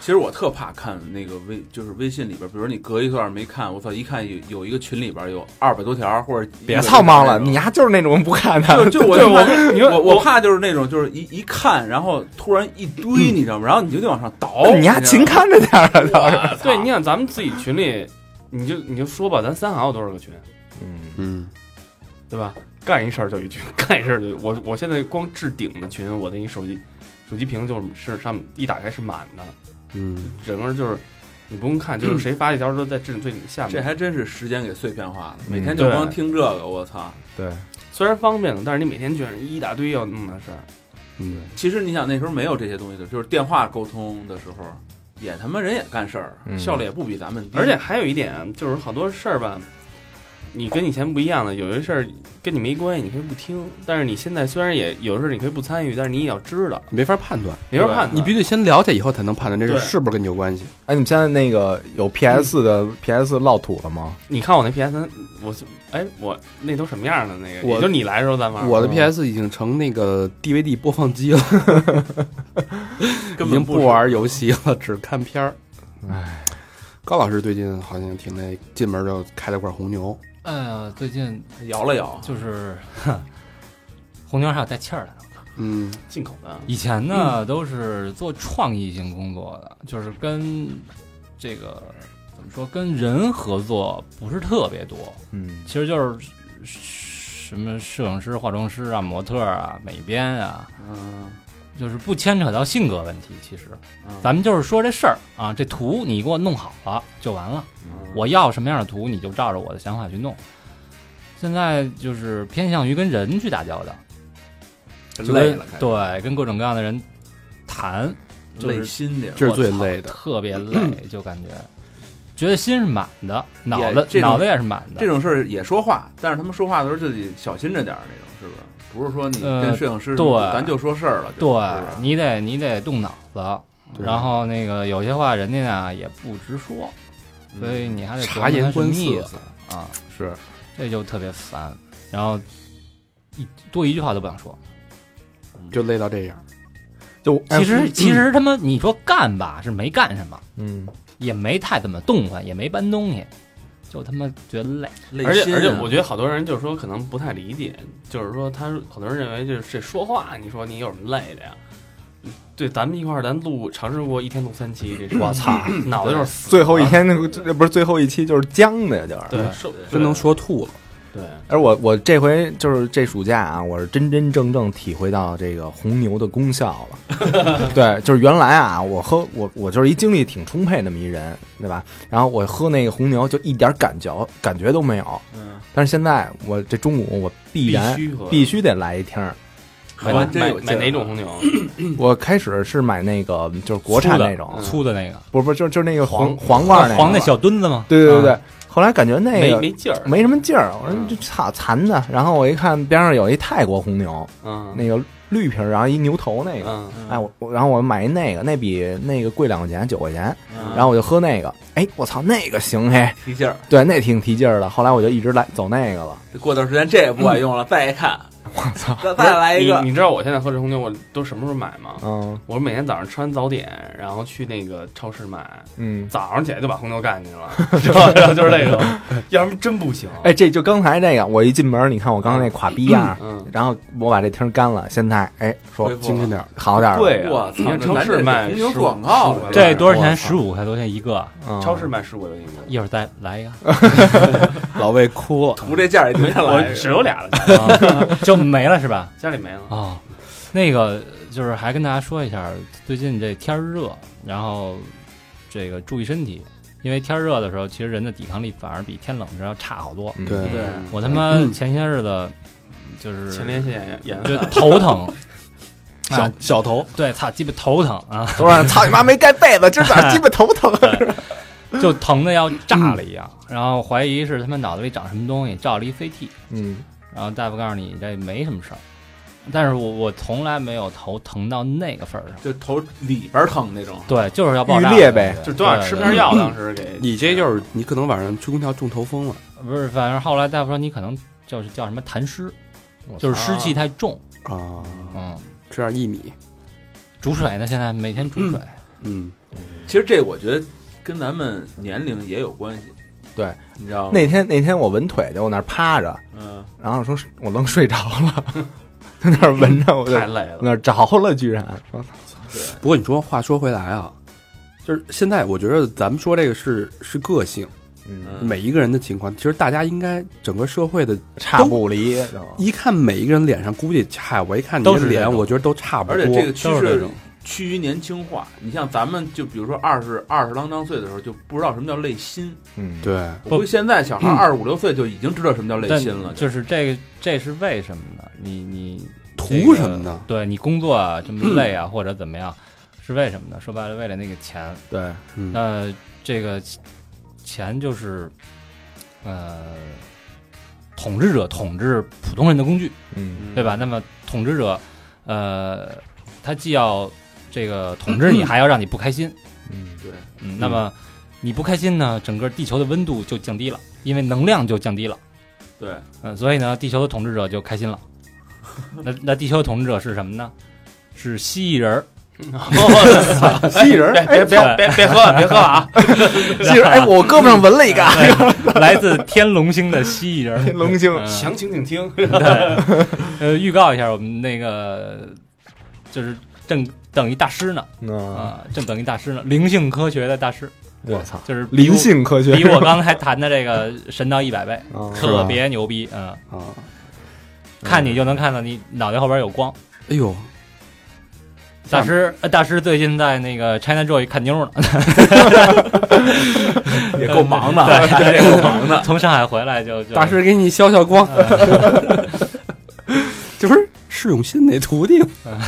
[SPEAKER 7] 其实我特怕看那个微，就是微信里边，比如你隔一段没看，我操，一看有有一个群里边有二百多条或者
[SPEAKER 5] 别
[SPEAKER 7] 100
[SPEAKER 5] 操猫了，
[SPEAKER 7] 多条
[SPEAKER 5] 你丫就是那种不看的
[SPEAKER 7] 就，就我
[SPEAKER 5] 对
[SPEAKER 7] 就
[SPEAKER 5] 我
[SPEAKER 7] 怕
[SPEAKER 4] 你
[SPEAKER 7] 我我怕就是那种就是一一看，然后突然一堆，你知道吗？然后你就得往上倒，
[SPEAKER 5] 你丫勤
[SPEAKER 7] 知
[SPEAKER 5] 看着点儿啊，倒是。
[SPEAKER 4] 对，你想咱们自己群里，你就你就说吧，咱三好有多少个群，
[SPEAKER 5] 嗯，
[SPEAKER 3] 嗯，
[SPEAKER 4] 对吧？干一事儿就一群， 干一事儿就我我现在光置顶的群，我那一手机手机屏就是上面一打开是满的，
[SPEAKER 3] 嗯，
[SPEAKER 4] 整个就是你不用看，就是谁发一条都在置顶最下
[SPEAKER 7] 道吗这
[SPEAKER 4] 面。
[SPEAKER 7] 还真是时间给碎片化了，每
[SPEAKER 5] 嗯
[SPEAKER 7] 天就光
[SPEAKER 4] 对
[SPEAKER 7] 听这个，我操！
[SPEAKER 5] 对，
[SPEAKER 4] 虽然方便了，但是你每天卷着一大堆要弄的事儿。
[SPEAKER 3] 嗯，
[SPEAKER 7] 其实你想那时候没有这些东西的，就是电话沟通的时候，也他妈人也干事儿，
[SPEAKER 5] 嗯
[SPEAKER 7] 效率也不比咱们低。
[SPEAKER 1] 嗯
[SPEAKER 4] 而且还有一点，啊就是好多事儿吧，你跟以前不一样了。有些事儿跟你没关系，你可以不听；但是你现在虽然也有事儿你可以不参与，但是你也要知道，
[SPEAKER 3] 你没法判断，
[SPEAKER 4] 没法判断。
[SPEAKER 3] 你必须得先了解以后才能判断这事
[SPEAKER 4] 对
[SPEAKER 3] 是不是跟你有关系。
[SPEAKER 5] 哎，你们现在那个有 PS 的 PS 落土了吗？
[SPEAKER 4] 你看我那 PS 三，我是哎，我那都什么样的那个？
[SPEAKER 3] 我
[SPEAKER 4] 也就你来的时候咱玩。嗯
[SPEAKER 3] 我的 PS 已经成那个 DVD 播放机了，
[SPEAKER 7] 根
[SPEAKER 3] 已
[SPEAKER 7] 本
[SPEAKER 3] 经
[SPEAKER 7] 不
[SPEAKER 3] 不玩游戏了， 只看片儿。
[SPEAKER 5] 唉，
[SPEAKER 3] 高老师最近好像挺那，进门就开了罐红牛，
[SPEAKER 6] 哎呀，最近
[SPEAKER 7] 摇了摇，
[SPEAKER 6] 就是哼红牛还有带气儿的呢。嗯
[SPEAKER 3] 嗯，
[SPEAKER 4] 进口的，啊
[SPEAKER 6] 以前呢都是做创意性工作的，就是跟这个怎么说，跟人合作不是特别多，
[SPEAKER 5] 嗯，
[SPEAKER 6] 其实就是什么摄影师、化妆师啊、模特儿啊、美编啊，
[SPEAKER 7] 嗯，
[SPEAKER 6] 就是不牵扯到性格问题。其实
[SPEAKER 7] 嗯，
[SPEAKER 6] 咱们就是说这事儿啊，这图你给我弄好了就完了。
[SPEAKER 7] 嗯
[SPEAKER 6] 我要什么样的图，你就照着我的想法去弄。现在就是偏向于跟人去打交道，就
[SPEAKER 7] 累
[SPEAKER 6] 跟
[SPEAKER 7] 了，开始
[SPEAKER 6] 对，跟各种各样的人谈，就是
[SPEAKER 7] 累心点儿。
[SPEAKER 3] 这是最累的。
[SPEAKER 6] 特别累，就感觉觉得心是满的，脑子
[SPEAKER 7] 这种
[SPEAKER 6] 脑子也是满的
[SPEAKER 7] 这。种事儿也说话，但是他们说话的时候就得小心着点儿，那种是不是？不是说你跟
[SPEAKER 6] 呃
[SPEAKER 7] 摄影师，
[SPEAKER 6] 对
[SPEAKER 7] 咱就说事儿了，
[SPEAKER 6] 对
[SPEAKER 7] 就是吧
[SPEAKER 6] 你得你得动脑子，然后那个有些话人家呢也不直说，所以你还得
[SPEAKER 3] 察言
[SPEAKER 6] 琢磨
[SPEAKER 3] 观
[SPEAKER 6] 它什么意
[SPEAKER 3] 色
[SPEAKER 6] 思啊，
[SPEAKER 3] 是
[SPEAKER 6] 这就特别烦。然后一多一句话都不想说。
[SPEAKER 3] 就累到这样。
[SPEAKER 5] 就哎
[SPEAKER 6] 其实其实他妈你说干吧是没干什么，
[SPEAKER 5] 嗯，
[SPEAKER 6] 也没太怎么动换，也没搬东西，就他妈觉得累。
[SPEAKER 7] 累
[SPEAKER 4] 而且
[SPEAKER 7] 心啊
[SPEAKER 4] 而且我觉得好多人就是说可能不太理解，就是说他好多人认为就是这说话，你说你有什么累的呀？对，咱们一块儿咱录尝试过一天录三期，这我操，脑子就是死
[SPEAKER 5] 最后一
[SPEAKER 4] 了
[SPEAKER 5] 天那个这不是最后一期就是僵的，就是。
[SPEAKER 4] 对，受
[SPEAKER 3] 真能说吐了，
[SPEAKER 4] 对。
[SPEAKER 5] 而我我这回就是这暑假啊，我是真真正正体会到这个红牛的功效了。对，就是原来啊，我喝我我就是一精力挺充沛那么一人，对吧？然后我喝那个红牛就一点感觉感觉都没有。
[SPEAKER 7] 嗯，
[SPEAKER 5] 但是现在我这中午我必然
[SPEAKER 4] 必须喝
[SPEAKER 5] 必须得来一听儿。
[SPEAKER 4] 买
[SPEAKER 7] 喝完真
[SPEAKER 4] 买
[SPEAKER 7] 有劲
[SPEAKER 4] 买
[SPEAKER 7] 儿
[SPEAKER 4] 哪种红牛？
[SPEAKER 5] 我开始是买那个就是国产那种，
[SPEAKER 6] 粗的那个
[SPEAKER 5] 不是不是就是就是那个黄
[SPEAKER 6] 黄
[SPEAKER 5] 黄瓜那
[SPEAKER 6] 黄
[SPEAKER 5] 个
[SPEAKER 6] 那小墩子吗？
[SPEAKER 5] 对对对对
[SPEAKER 6] 啊，
[SPEAKER 5] 后来感觉那
[SPEAKER 4] 没
[SPEAKER 5] 个
[SPEAKER 4] 没劲儿，
[SPEAKER 5] 没什么劲儿，我说这操残的。然后我一看边上有一泰国红牛，
[SPEAKER 4] 嗯，
[SPEAKER 5] 那个绿瓶儿，然后一牛头那个，
[SPEAKER 4] 嗯，
[SPEAKER 5] 哎我我然后我买一那个，那比那个贵两块钱，九块钱，
[SPEAKER 7] 嗯
[SPEAKER 5] 然后我就喝那个，哎我操那个行嘿，
[SPEAKER 7] 提劲儿。
[SPEAKER 5] 对那挺提劲儿的。后来我就一直来走那个了，
[SPEAKER 7] 这过段时间这也不管用了，再一看，
[SPEAKER 5] 我操，
[SPEAKER 7] 再再来一个
[SPEAKER 4] 你你知道我现在喝着红牛，我都什么时候买吗？
[SPEAKER 5] 嗯
[SPEAKER 4] 我每天早上吃完早点，然后去那个超市买，
[SPEAKER 5] 嗯，
[SPEAKER 4] 早上起来就把红牛干进去了， 然后然后就是那个，要不然真不行。
[SPEAKER 5] 哎，这就刚才这个，我一进门，你看我刚才那垮逼样儿，
[SPEAKER 4] 嗯，
[SPEAKER 5] 然后我把这听儿干了，现在哎说
[SPEAKER 7] 恢复
[SPEAKER 3] 精神点儿。
[SPEAKER 5] 好点儿了，
[SPEAKER 4] 对
[SPEAKER 7] 我
[SPEAKER 4] 啊，
[SPEAKER 7] 操
[SPEAKER 4] 你看超市卖
[SPEAKER 7] 这红
[SPEAKER 4] 十
[SPEAKER 7] 牛
[SPEAKER 4] 五
[SPEAKER 7] 广告了
[SPEAKER 4] 15
[SPEAKER 6] 这多少钱？
[SPEAKER 5] 我
[SPEAKER 6] 十
[SPEAKER 5] 操
[SPEAKER 6] 五块多钱一个，
[SPEAKER 5] 嗯
[SPEAKER 4] 超市卖十五块钱一个。
[SPEAKER 6] 一会儿再来一个。
[SPEAKER 3] 老魏哭了，
[SPEAKER 7] 图这价也停下
[SPEAKER 4] 我
[SPEAKER 7] 来，
[SPEAKER 4] 只有俩了，家里
[SPEAKER 6] 啊就没了是吧？
[SPEAKER 4] 家里没了。
[SPEAKER 6] 哦，那个就是还跟大家说一下，最近这天儿热，然后这个注意身体，因为天儿热的时候，其实人的抵抗力反而比天冷的时候要差好多。
[SPEAKER 5] 嗯
[SPEAKER 3] 对
[SPEAKER 7] 对，
[SPEAKER 6] 我他妈前些日子就是
[SPEAKER 4] 前列腺炎炎
[SPEAKER 6] 就
[SPEAKER 4] 犯，
[SPEAKER 6] 头疼，
[SPEAKER 3] 小
[SPEAKER 6] 啊
[SPEAKER 3] 小头，
[SPEAKER 6] 对，操鸡巴头疼啊，
[SPEAKER 5] 昨晚操你妈没盖被子，今儿早上鸡巴头疼。
[SPEAKER 6] 就疼的要炸了一样，然后怀疑是他妈脑子里长什么东西，照了一 CT，
[SPEAKER 5] 嗯
[SPEAKER 6] 然后大夫告诉你这没什么事儿，但是我我从来没有头疼到那个份儿上。
[SPEAKER 7] 就头里边疼那种，
[SPEAKER 6] 对，就是要爆炸
[SPEAKER 5] 欲裂呗，
[SPEAKER 4] 就多少吃片药，当时给
[SPEAKER 3] 你这就是你可能晚上吹空调中头风了，
[SPEAKER 6] 不是，反正后来大夫说你可能就是叫什么痰湿，就是湿气太重。
[SPEAKER 3] 啊，
[SPEAKER 6] 嗯，
[SPEAKER 3] 吃点薏米，
[SPEAKER 6] 煮水呢，现在每天煮水。
[SPEAKER 3] 嗯，
[SPEAKER 7] 其实这我觉得跟咱们年龄也有关系，
[SPEAKER 5] 对，
[SPEAKER 7] 你知道吗？
[SPEAKER 5] 那天那天我闻腿就我那儿趴着，
[SPEAKER 7] 嗯，
[SPEAKER 5] 然后说是我愣睡着了， 在那儿闻着我就
[SPEAKER 4] 太
[SPEAKER 5] 在
[SPEAKER 4] 累了。
[SPEAKER 5] 那儿着了，居然。我操
[SPEAKER 3] 不过你说话说回来啊，就是现在我觉得咱们说这个是是个性，
[SPEAKER 5] 嗯，
[SPEAKER 7] 嗯
[SPEAKER 3] 每一个人的情况，其实大家应该整个社会的，
[SPEAKER 5] 差不离，知道吗
[SPEAKER 3] 一看每一个人脸上，估计嗨，我一看你的
[SPEAKER 6] 都是这
[SPEAKER 3] 脸，
[SPEAKER 6] 种
[SPEAKER 3] 我觉得都差不
[SPEAKER 7] 而
[SPEAKER 3] 多。
[SPEAKER 7] 且这个趋
[SPEAKER 3] 都是这
[SPEAKER 7] 势
[SPEAKER 3] 种
[SPEAKER 7] 趋于年轻化。你像咱们就比如说二十二十啷当岁的时候，就不知道什么叫累心。
[SPEAKER 5] 嗯，
[SPEAKER 3] 对，
[SPEAKER 7] 我估计现在小孩二十五六岁就已经知道什么叫累
[SPEAKER 6] 嗯但
[SPEAKER 7] 心了。
[SPEAKER 6] 就是这个，这是为什么呢？你你
[SPEAKER 3] 图什么呢？
[SPEAKER 6] 对你工作啊这么累啊，或者怎么样，是为什么呢？说白了，为了那个钱。
[SPEAKER 5] 对，
[SPEAKER 3] 嗯，
[SPEAKER 6] 那这个钱就是，呃，统治者统治普通人的工具。
[SPEAKER 5] 嗯
[SPEAKER 6] 对吧？那么统治者，呃，他既要这个统治 你，还要让你不开心。
[SPEAKER 5] 嗯，对，
[SPEAKER 6] 嗯，那么你不开心呢，整个地球的温度就降低了，因为能量就降低了。
[SPEAKER 7] 对，
[SPEAKER 6] 嗯、所以呢，地球的统治者就开 心了。那那地球的统治者是什么呢？是蜥蜴人儿，
[SPEAKER 5] 蜥蜴
[SPEAKER 6] 哎
[SPEAKER 5] 人，
[SPEAKER 4] 别别别别喝了，别喝了啊！
[SPEAKER 5] 蜥蜴人，哎，我胳膊上纹了 一个
[SPEAKER 6] 来自天龙星的蜥蜴人儿。
[SPEAKER 5] 龙星，
[SPEAKER 6] 嗯
[SPEAKER 4] 详情请听。
[SPEAKER 6] 对，呃，预告一下，我们那个就是正等一大师呢，
[SPEAKER 5] 嗯，
[SPEAKER 6] 啊、正等一大师呢，灵性科学的大师，
[SPEAKER 5] 我操，
[SPEAKER 6] 就是比
[SPEAKER 5] 灵
[SPEAKER 6] 我
[SPEAKER 5] 性科学，
[SPEAKER 6] 比我 刚才谈的这个神到一百倍，
[SPEAKER 5] 啊是
[SPEAKER 6] 特
[SPEAKER 5] 吧
[SPEAKER 6] 别牛逼，嗯，
[SPEAKER 3] 啊，
[SPEAKER 6] 看你就能看到你脑袋后边有光。
[SPEAKER 3] 哎呦，
[SPEAKER 6] 大师，呃大师最近在那个 China Joy 看妞呢，
[SPEAKER 7] 也够忙的，也够忙的。
[SPEAKER 6] 从上海回来就嗯就
[SPEAKER 3] 大师给你消消光，这不是释永信那徒弟吗？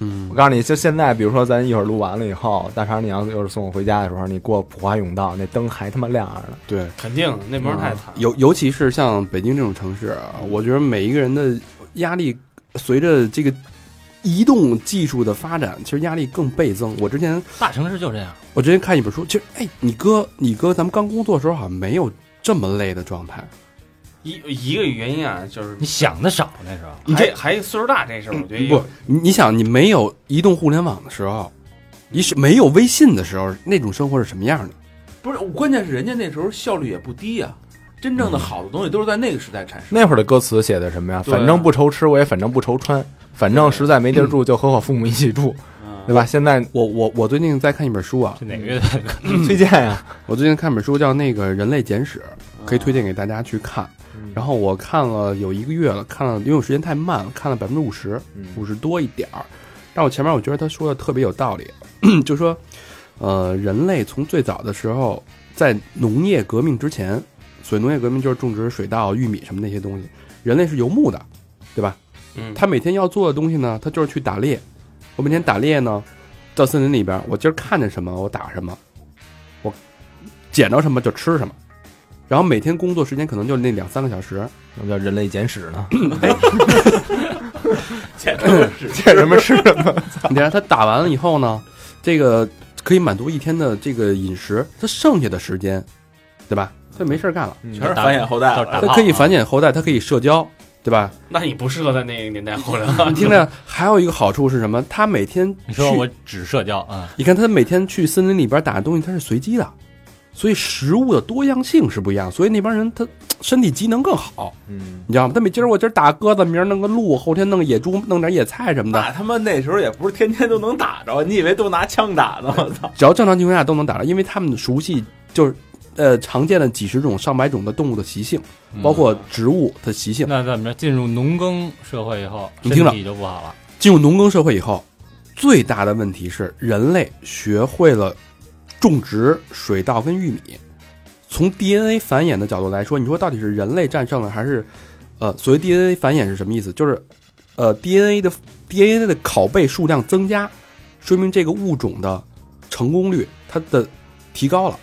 [SPEAKER 3] 嗯
[SPEAKER 5] 我，告诉你，就现在，比如说咱一会儿录完了以后，大肠，你要要是送我回家的时候，你过普华永道，那灯还他妈亮着呢。
[SPEAKER 3] 对，
[SPEAKER 4] 肯定
[SPEAKER 3] 嗯
[SPEAKER 4] 那门太惨了，
[SPEAKER 3] 尤尤其是像北京这种城市啊，我觉得每一个人的压力随着这个移动技术的发展，其实压力更倍增。我之前
[SPEAKER 6] 大城市就这样，
[SPEAKER 3] 我之前看一本书，其实哎，你哥你哥，咱们刚工作的时候好像没有这么累的状态。
[SPEAKER 4] 一一个原因啊，就是
[SPEAKER 6] 你想的少那时候，
[SPEAKER 3] 你
[SPEAKER 4] 还
[SPEAKER 3] 这嗯
[SPEAKER 4] 还岁数大这事儿，我觉得也
[SPEAKER 3] 不，你你想，你没有移动互联网的时候，你是没有微信的时候，那种生活是什么样的？
[SPEAKER 7] 不是，关键是人家那时候效率也不低呀、真正
[SPEAKER 6] 嗯
[SPEAKER 7] 的好的东西都是在那个时代产生。
[SPEAKER 5] 那会儿的歌词写的什么呀？
[SPEAKER 7] 对啊
[SPEAKER 5] 反正不愁吃，我也反正不愁穿，反正实在没地儿住，就和我父母一起住，对
[SPEAKER 7] 嗯，
[SPEAKER 5] 吧？现在
[SPEAKER 3] 我我我最近在看一本书啊，
[SPEAKER 6] 是哪个乐队？
[SPEAKER 5] 推荐啊呀，
[SPEAKER 3] 我最近看本书叫那个《人类简史》，可以推荐给大家去看。然后我看了有一个月了，看了因为我时间太慢了，看了百分之五十，五十多一点儿。但我前面我觉得他说的特别有道理， 就说，呃，人类从最早的时候，在农业革命之前，所以农业革命就是种植水稻、玉米什么那些东西，人类是游牧的，对吧？
[SPEAKER 4] 嗯
[SPEAKER 3] 他每天要做的东西呢，他就是去打猎。我每天打猎呢，到森林里边，我今儿看见什么我打什么，我捡着什么就吃什么。然后每天工作时间可能就那两三个小时，
[SPEAKER 5] 什么叫人类简史呢？
[SPEAKER 7] 简直是
[SPEAKER 5] 见什么吃什 么。
[SPEAKER 3] 你看他打完了以后呢，这个可以满足一天的这个饮食，他剩下的时间，对吧？他没事儿干了，
[SPEAKER 7] 全是繁衍后代
[SPEAKER 6] 到
[SPEAKER 7] 了。
[SPEAKER 6] 打
[SPEAKER 3] 他
[SPEAKER 6] 炮
[SPEAKER 3] 可以
[SPEAKER 6] 啊
[SPEAKER 3] 繁衍后代，他可以社交，对 吧？
[SPEAKER 4] 那你不适合在那个年代 混了。
[SPEAKER 3] 你听着，还有一个好处是什么？他每天
[SPEAKER 6] 你说
[SPEAKER 3] 去
[SPEAKER 6] 我只社交啊，
[SPEAKER 3] 你看他每天去森林里边打的东西，它是随机的，所以食物的多样性是不一样，所以那帮人他身体机能更好，
[SPEAKER 5] 嗯，
[SPEAKER 3] 你知道吗？他每今儿我今儿打鸽子，明儿弄个鹿，后天弄个野猪，弄点野菜什么
[SPEAKER 7] 那
[SPEAKER 3] 的，
[SPEAKER 7] 啊他妈那时候也不是天天都能打着，你以为都拿枪打呢？我操！
[SPEAKER 3] 只要正常情况下都能打到，因为他们熟悉就是呃常见的几十种、上百种的动物的习性，包括植物的习性。
[SPEAKER 6] 那怎么着？进入农耕社会以后，
[SPEAKER 3] 你
[SPEAKER 6] 身
[SPEAKER 3] 听着
[SPEAKER 6] 体就不好了。
[SPEAKER 3] 进入农耕社会以后，最大的问题是人类学会了种植水稻跟玉米。从 DNA 繁衍的角度来说，你说到底是人类战胜了，还是呃，所谓 DNA 繁衍是什么意思？就是呃 DNA 的 DNA 的拷贝数量增加，说明这个物种的成功率它的提高了。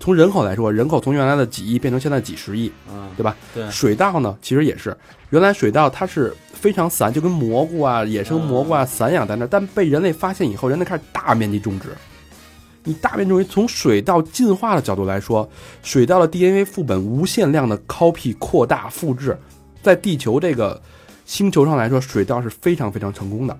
[SPEAKER 3] 从人口来说，人口从原来的几亿变成现在几十亿，
[SPEAKER 7] 嗯
[SPEAKER 3] 对吧？
[SPEAKER 7] 对
[SPEAKER 3] 水稻呢，其实也是，原来水稻它是非常散，就跟蘑菇啊、野生蘑菇啊
[SPEAKER 7] 嗯
[SPEAKER 3] 散养在那儿，但被人类发现以后，人类开始大面积种植。你大面积种植，从水稻进化的角度来说，水稻的 DNA 副本无限量的 copy 扩大复制，在地球这个星球上来说，水稻是非常非常成功的。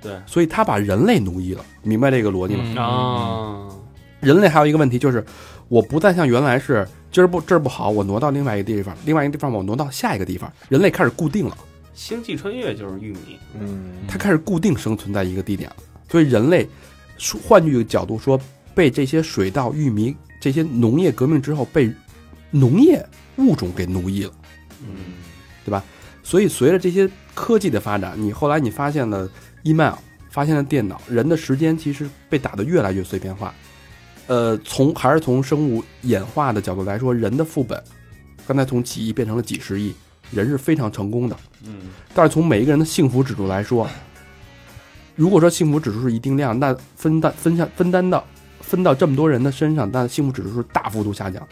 [SPEAKER 7] 对，
[SPEAKER 3] 所以它把人类奴役了，明白这个逻辑吗？
[SPEAKER 6] 嗯
[SPEAKER 4] 啊，
[SPEAKER 3] 嗯人类还有一个问题就是，我不再像原来是今儿不这儿不好，我挪到另外一个地方，另外一个地方我挪到下一个地方，人类开始固定了，
[SPEAKER 4] 星际穿越就是玉米，
[SPEAKER 5] 嗯，
[SPEAKER 3] 它开始固定生存在一个地点了，所以人类，说换句角度说，被这些水稻、玉米这些农业革命之后被农业物种给奴役了。
[SPEAKER 4] 嗯，
[SPEAKER 3] 所以随着这些科技的发展，你后来你发现了 email，发现了电脑，人的时间其实被打得越来越碎片化。呃，从还是从生物演化的角度来说，人的副本，刚才从几亿变成了几十亿，人是非常成功的。
[SPEAKER 7] 嗯，
[SPEAKER 3] 但是从每一个人的幸福指数来说，如果说幸福指数是一定量，那分担分下分担到分到这么多人的身上，但幸福指数是大幅度下降。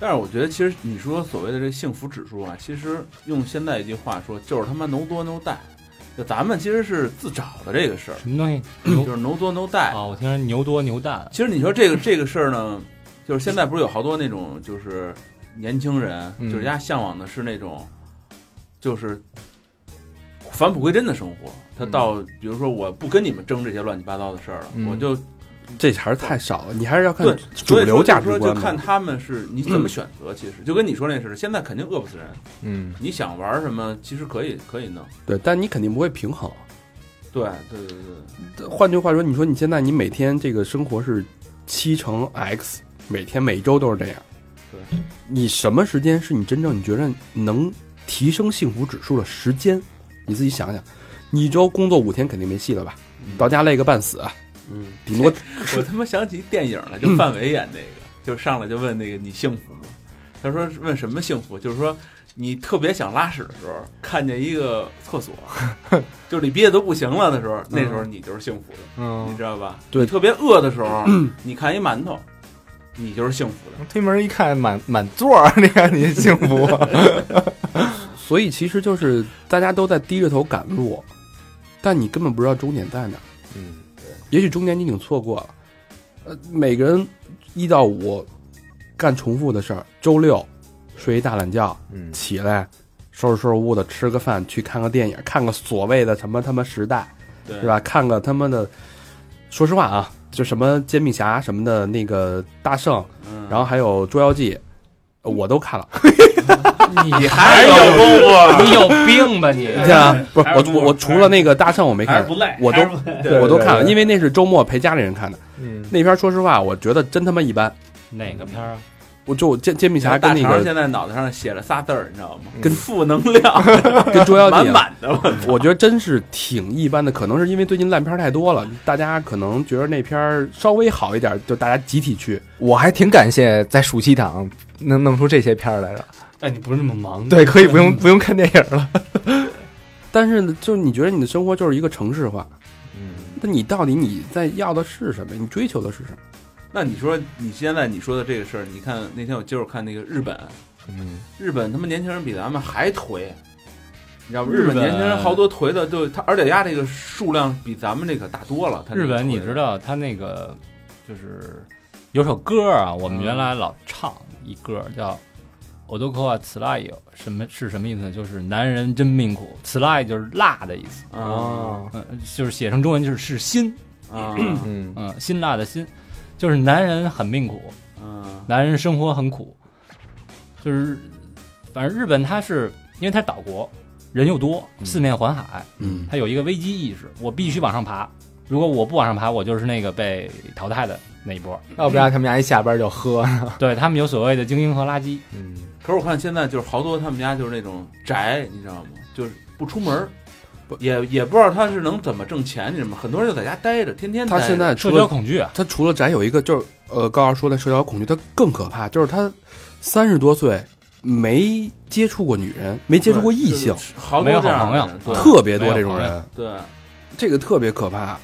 [SPEAKER 7] 但是我觉得，其实你说所谓的这幸福指数啊，其实用现在一句话说，就是他妈能多能带。就咱们其实是自找的这个事儿，
[SPEAKER 6] 什么东西？
[SPEAKER 7] 就
[SPEAKER 3] 嗯
[SPEAKER 6] 牛
[SPEAKER 7] 是能多能
[SPEAKER 3] 哦
[SPEAKER 7] 带。
[SPEAKER 6] 啊！我听说牛多牛蛋，
[SPEAKER 7] 其实你说这个这个事儿呢，就是现在不是有好多那种就是年轻人，
[SPEAKER 5] 嗯
[SPEAKER 7] 就是人家向往的是那种，就是返璞归真的生活。他到
[SPEAKER 3] 嗯
[SPEAKER 7] 比如说，我不跟你们争这些乱七八糟的事儿了，
[SPEAKER 5] 嗯
[SPEAKER 7] 我就
[SPEAKER 3] 这还是太少了，你还是要看
[SPEAKER 7] 对
[SPEAKER 3] 主
[SPEAKER 7] 所以说
[SPEAKER 3] 流价
[SPEAKER 7] 就是说
[SPEAKER 3] 值观
[SPEAKER 7] 就
[SPEAKER 3] 嘛
[SPEAKER 7] 看。他们是你怎么选择。其实就跟你说那似的，现在肯定饿不死人，
[SPEAKER 5] 嗯，
[SPEAKER 7] 你想玩什么其实可以可以弄。
[SPEAKER 3] 对，但你肯定不会平衡。
[SPEAKER 7] 对对对对，
[SPEAKER 3] 换句话说，你说你现在你每天这个生活是七乘 x，每天每周都是这样。
[SPEAKER 7] 对，
[SPEAKER 3] 你什么时间是你真正你觉得能提升幸福指数的时间？你自己想想，你一周工作五天肯定没戏了吧？到家累个半死，啊
[SPEAKER 7] 嗯，
[SPEAKER 3] 顶多
[SPEAKER 7] 我他妈想起电影了，就范伟演那个，就上来就问那个你幸福吗？他说问什么幸福？就是说你特别想拉屎的时候，看见一个厕所，就是你憋得都不行了的时候，那时候你就是幸福的，你
[SPEAKER 5] 嗯，
[SPEAKER 7] 知道吧？
[SPEAKER 3] 对
[SPEAKER 7] 你特别饿的时候，你看一馒头，你就是幸福的。
[SPEAKER 5] 推门一看，满满座儿，你看你幸 福，
[SPEAKER 3] 所以其实就是大家都在低着头赶路，但你根本不知道终点在哪。
[SPEAKER 5] 嗯，
[SPEAKER 3] 也许中间你已经错过了。呃，每个人一到五干重复的事儿，周六睡一大懒觉，
[SPEAKER 5] 嗯
[SPEAKER 3] 起来收拾收拾屋子，吃个饭，去看个电影，看个所谓的什么他妈时代，
[SPEAKER 7] 对
[SPEAKER 3] 是吧？看个他妈的，说实话啊，就什么煎饼侠什么的，那个大圣，
[SPEAKER 7] 嗯，
[SPEAKER 3] 然后还有捉妖记，呃我都看了。
[SPEAKER 6] 你
[SPEAKER 4] 还有功夫，
[SPEAKER 6] 你有病吧 你？
[SPEAKER 3] 你看啊，不是
[SPEAKER 4] 还
[SPEAKER 3] 我
[SPEAKER 4] 是不
[SPEAKER 3] 我我除了那个大圣我没
[SPEAKER 4] 还是
[SPEAKER 3] 看
[SPEAKER 4] 不，赖，
[SPEAKER 3] 我都
[SPEAKER 4] 还是不赖
[SPEAKER 3] 对我都看了，
[SPEAKER 5] 对对
[SPEAKER 3] 因为那是周末陪家里人看的。
[SPEAKER 5] 嗯，
[SPEAKER 3] 那片儿说实话，我觉得真他妈一般。
[SPEAKER 6] 哪个片儿啊？
[SPEAKER 3] 我就我煎煎饼
[SPEAKER 7] 然
[SPEAKER 3] 侠
[SPEAKER 7] 后大
[SPEAKER 3] 跟那
[SPEAKER 7] 肠
[SPEAKER 3] 个
[SPEAKER 7] 现在脑袋上写了仨字儿，你知道吗？
[SPEAKER 5] 跟
[SPEAKER 7] 负能量
[SPEAKER 3] 跟捉妖记啊
[SPEAKER 7] 满，满的。我
[SPEAKER 3] 我觉得真是挺一般的。可能是因为最近烂片儿太多了，大家可能觉得那片儿稍微好一点，就大家集体去。
[SPEAKER 5] 我还挺感谢在暑期档能弄出这些片儿来的，嗯
[SPEAKER 4] 哎，你不是那么忙的，
[SPEAKER 5] 对，可以不用不用看电影了，
[SPEAKER 3] 但是呢，就是你觉得你的生活就是一个城市化，
[SPEAKER 5] 嗯，
[SPEAKER 3] 那你到底你在要的是什么？你追求的是什么？
[SPEAKER 7] 那你说你现在你说的这个事儿，你看那天我接着看那个日本，
[SPEAKER 5] 嗯，
[SPEAKER 7] 日本他妈年轻人比咱们还颓，你知道吗？
[SPEAKER 4] 日
[SPEAKER 7] 日
[SPEAKER 4] 本
[SPEAKER 7] 本年轻人好多颓的，就他而且压这个数量比咱们这个大多了。他这
[SPEAKER 6] 日
[SPEAKER 7] 个
[SPEAKER 6] 本
[SPEAKER 7] 颓
[SPEAKER 6] 你
[SPEAKER 7] 的
[SPEAKER 6] 知道他那个
[SPEAKER 7] 嗯
[SPEAKER 6] 就是有首歌啊，我们原来老唱一歌叫《我都扣啊，此辣有什么是什么意思呢？就是男人真命苦，此辣就是辣的意思，
[SPEAKER 7] 哦
[SPEAKER 5] 啊，
[SPEAKER 6] 嗯、就是写成中文就是是辛，
[SPEAKER 7] 啊，
[SPEAKER 5] 嗯，
[SPEAKER 6] 嗯、辛辣的辛，就是男人很命苦，
[SPEAKER 7] 嗯
[SPEAKER 6] 男人生活很苦，就是反正日本它是因为它是岛国，人又多，四面环海，
[SPEAKER 3] 嗯
[SPEAKER 6] 它有一个危机意识，我必须往上爬，如果我不往上爬，我就是那个被淘汰的那一波。
[SPEAKER 5] 要不然他们家一下班就喝，
[SPEAKER 6] 对他们有所谓的精英和垃圾，
[SPEAKER 5] 嗯，
[SPEAKER 7] 可是我看现在就是好多他们家就是那种宅，你知道吗？就是不出门儿
[SPEAKER 3] 不，
[SPEAKER 7] 也也不知道他是能怎么挣钱，你知道吗？很多人就在家待着，天天
[SPEAKER 3] 他
[SPEAKER 7] 待着
[SPEAKER 3] 现在除
[SPEAKER 6] 社交
[SPEAKER 3] 了
[SPEAKER 6] 恐惧啊。
[SPEAKER 3] 他除了宅有一个就是呃，高二说的社交恐惧，他更可怕，就是他三十多岁没接触过女人，没接触过异性
[SPEAKER 7] 对，就是好
[SPEAKER 6] 没
[SPEAKER 7] 多
[SPEAKER 6] 有
[SPEAKER 7] 这样
[SPEAKER 6] 好
[SPEAKER 7] 的
[SPEAKER 6] 朋友
[SPEAKER 7] 人对
[SPEAKER 3] 特别多
[SPEAKER 6] 没有
[SPEAKER 3] 这种
[SPEAKER 6] 朋友
[SPEAKER 3] 人，
[SPEAKER 7] 对，
[SPEAKER 3] 这个特别可怕。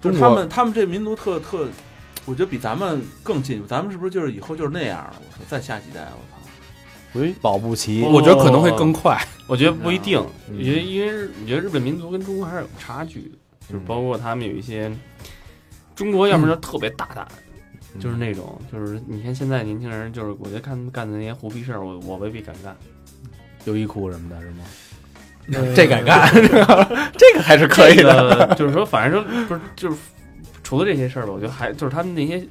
[SPEAKER 7] 就是
[SPEAKER 3] 中
[SPEAKER 7] 他
[SPEAKER 3] 国
[SPEAKER 7] 们他们这民族特特，我觉得比咱们更进步。咱们是不是就是以后就是那样了？我操，再下几代，我操，
[SPEAKER 5] 保不齐，
[SPEAKER 4] 哦
[SPEAKER 3] 我觉得可能会更快。
[SPEAKER 7] 哦
[SPEAKER 4] 我觉得不一定，
[SPEAKER 5] 嗯
[SPEAKER 4] 我觉得因为日我觉得日本民族跟中国还是有差距的，就是
[SPEAKER 3] 嗯
[SPEAKER 4] 包括他们有一些中国，要么就特别大胆，
[SPEAKER 3] 嗯
[SPEAKER 4] 就是那种就是你看现在年轻人，就是我觉得看他们干的那些胡逼事儿，我我未必敢干。
[SPEAKER 5] 优衣库什么的，是吗？这敢干，这个还是可以
[SPEAKER 4] 这
[SPEAKER 5] 的。
[SPEAKER 4] 个就是说，反正就不是就是除了这些事儿吧，我觉得还就是他们那些。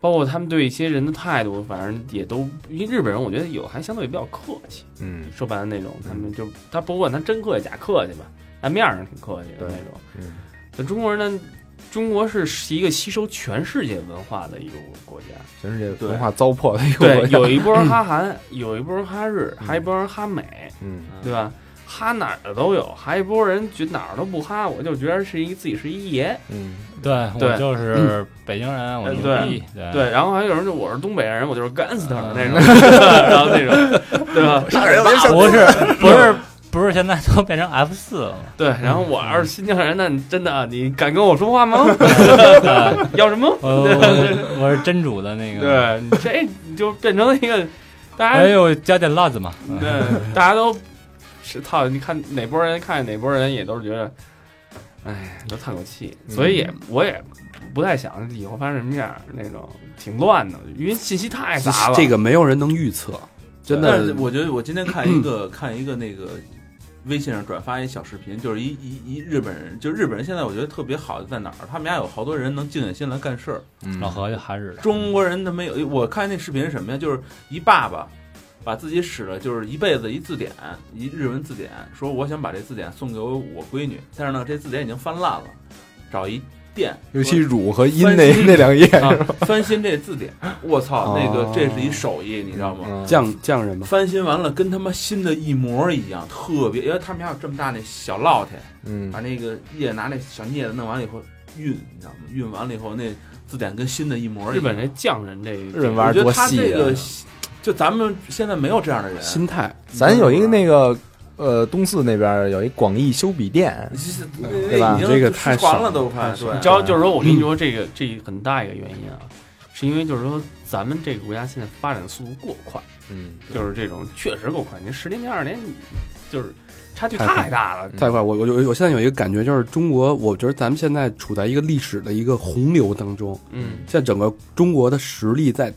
[SPEAKER 4] 包括他们对一些人的态度，反正也都，因为日本人我觉得有还相对比较客气，
[SPEAKER 5] 嗯
[SPEAKER 4] 说白了那种，他们就他不管他真客气假客气吧，但面儿上挺客气的那种。
[SPEAKER 5] 嗯
[SPEAKER 4] 那中国人呢？中国是一个吸收全世界文化的一个国家，
[SPEAKER 5] 全世界
[SPEAKER 7] 对
[SPEAKER 5] 文化糟粕的一个
[SPEAKER 4] 对
[SPEAKER 5] 国，家
[SPEAKER 4] 有一波人哈韩，有一波人哈日，还一波人哈美，
[SPEAKER 5] 嗯
[SPEAKER 4] 对吧？哈哪儿的都有，还一波人觉得哪儿都不哈，我就觉得是一自己是一爷，
[SPEAKER 5] 嗯，
[SPEAKER 6] 对
[SPEAKER 4] 对
[SPEAKER 6] 我就是北京人，我
[SPEAKER 4] 呃
[SPEAKER 6] 牛
[SPEAKER 4] 对
[SPEAKER 6] 逼，对
[SPEAKER 4] 对。然后还有人就我是东北人，我就是 gangster 那种， 然后那种，对吧？
[SPEAKER 6] 不是不是不是，现在都变成 F 四了吗？
[SPEAKER 4] 对，然后我要是新疆人，那你真的啊你敢跟我说话吗？ 要什么？
[SPEAKER 6] 我我我是真主的那个，
[SPEAKER 4] 对你这你就变成了一个大家
[SPEAKER 6] 哎呦，加点辣子嘛，
[SPEAKER 4] 对，大家都是操，你看哪波人看哪波人也都是觉得，哎，都叹口气，所以也我也不太想以后发生什么样儿那种，挺乱的，因为信息太杂
[SPEAKER 3] 哎
[SPEAKER 4] 了。
[SPEAKER 3] 这个没有人能预测，真
[SPEAKER 7] 但
[SPEAKER 3] 的
[SPEAKER 7] 是。我觉得我今天看一 个、看一个那个微信上转发一小视频，就是一一一日本人，就日本人现在我觉得特别好在哪儿，他们家有好多人能静下心来干事儿。
[SPEAKER 6] 老何就还是的
[SPEAKER 7] 中国人他没有，我看那视频是什么呀？就是一爸爸把自己使了就是一辈子一字典，一日文字典，说我想把这字典送给我闺女，但是呢，这字典已经翻烂了，找一店，
[SPEAKER 5] 尤其
[SPEAKER 7] 说
[SPEAKER 5] 乳和阴那那两页，
[SPEAKER 7] 啊翻新这字典，我操，那个
[SPEAKER 5] 哦
[SPEAKER 7] 这是一手艺，你知道吗？
[SPEAKER 5] 嗯
[SPEAKER 3] 匠匠人嘛，
[SPEAKER 7] 翻新完了，跟他妈新的一模一样，特别。因为他们家有这么大那小烙铁，
[SPEAKER 5] 嗯
[SPEAKER 7] 把那个叶拿那小镊子弄完了以后熨，你知道吗？熨完了以后，那字典跟新的一模一样。
[SPEAKER 4] 日本这匠人这一
[SPEAKER 5] 日本
[SPEAKER 7] 我
[SPEAKER 5] 玩
[SPEAKER 7] 觉得
[SPEAKER 5] 多
[SPEAKER 7] 他这
[SPEAKER 5] 细啊
[SPEAKER 7] 个，就咱们现在没有这样的人。
[SPEAKER 3] 心态
[SPEAKER 7] 嗯
[SPEAKER 5] 咱有一个那个呃东四那边有一广义修笔店，
[SPEAKER 7] 就是那
[SPEAKER 5] 对吧
[SPEAKER 7] 已经
[SPEAKER 3] 这个
[SPEAKER 7] 就
[SPEAKER 3] 太
[SPEAKER 7] 失传
[SPEAKER 3] 少
[SPEAKER 7] 了
[SPEAKER 3] 了
[SPEAKER 7] 都快。
[SPEAKER 3] 太少
[SPEAKER 7] 对
[SPEAKER 4] 你知道，就是说我跟你说这个这很大一个原因啊，是因为就是说咱们这个国家现在发展速度过快，
[SPEAKER 5] 嗯，
[SPEAKER 4] 就是这种确实够快，你十年前二十年你就是差距
[SPEAKER 3] 太快
[SPEAKER 4] 太大了。
[SPEAKER 3] 太快。我我我我现在有一个感觉，就是中国，我觉得咱们现在处在一个历史的一个洪流当中，
[SPEAKER 4] 嗯，
[SPEAKER 3] 现在整个中国的实力在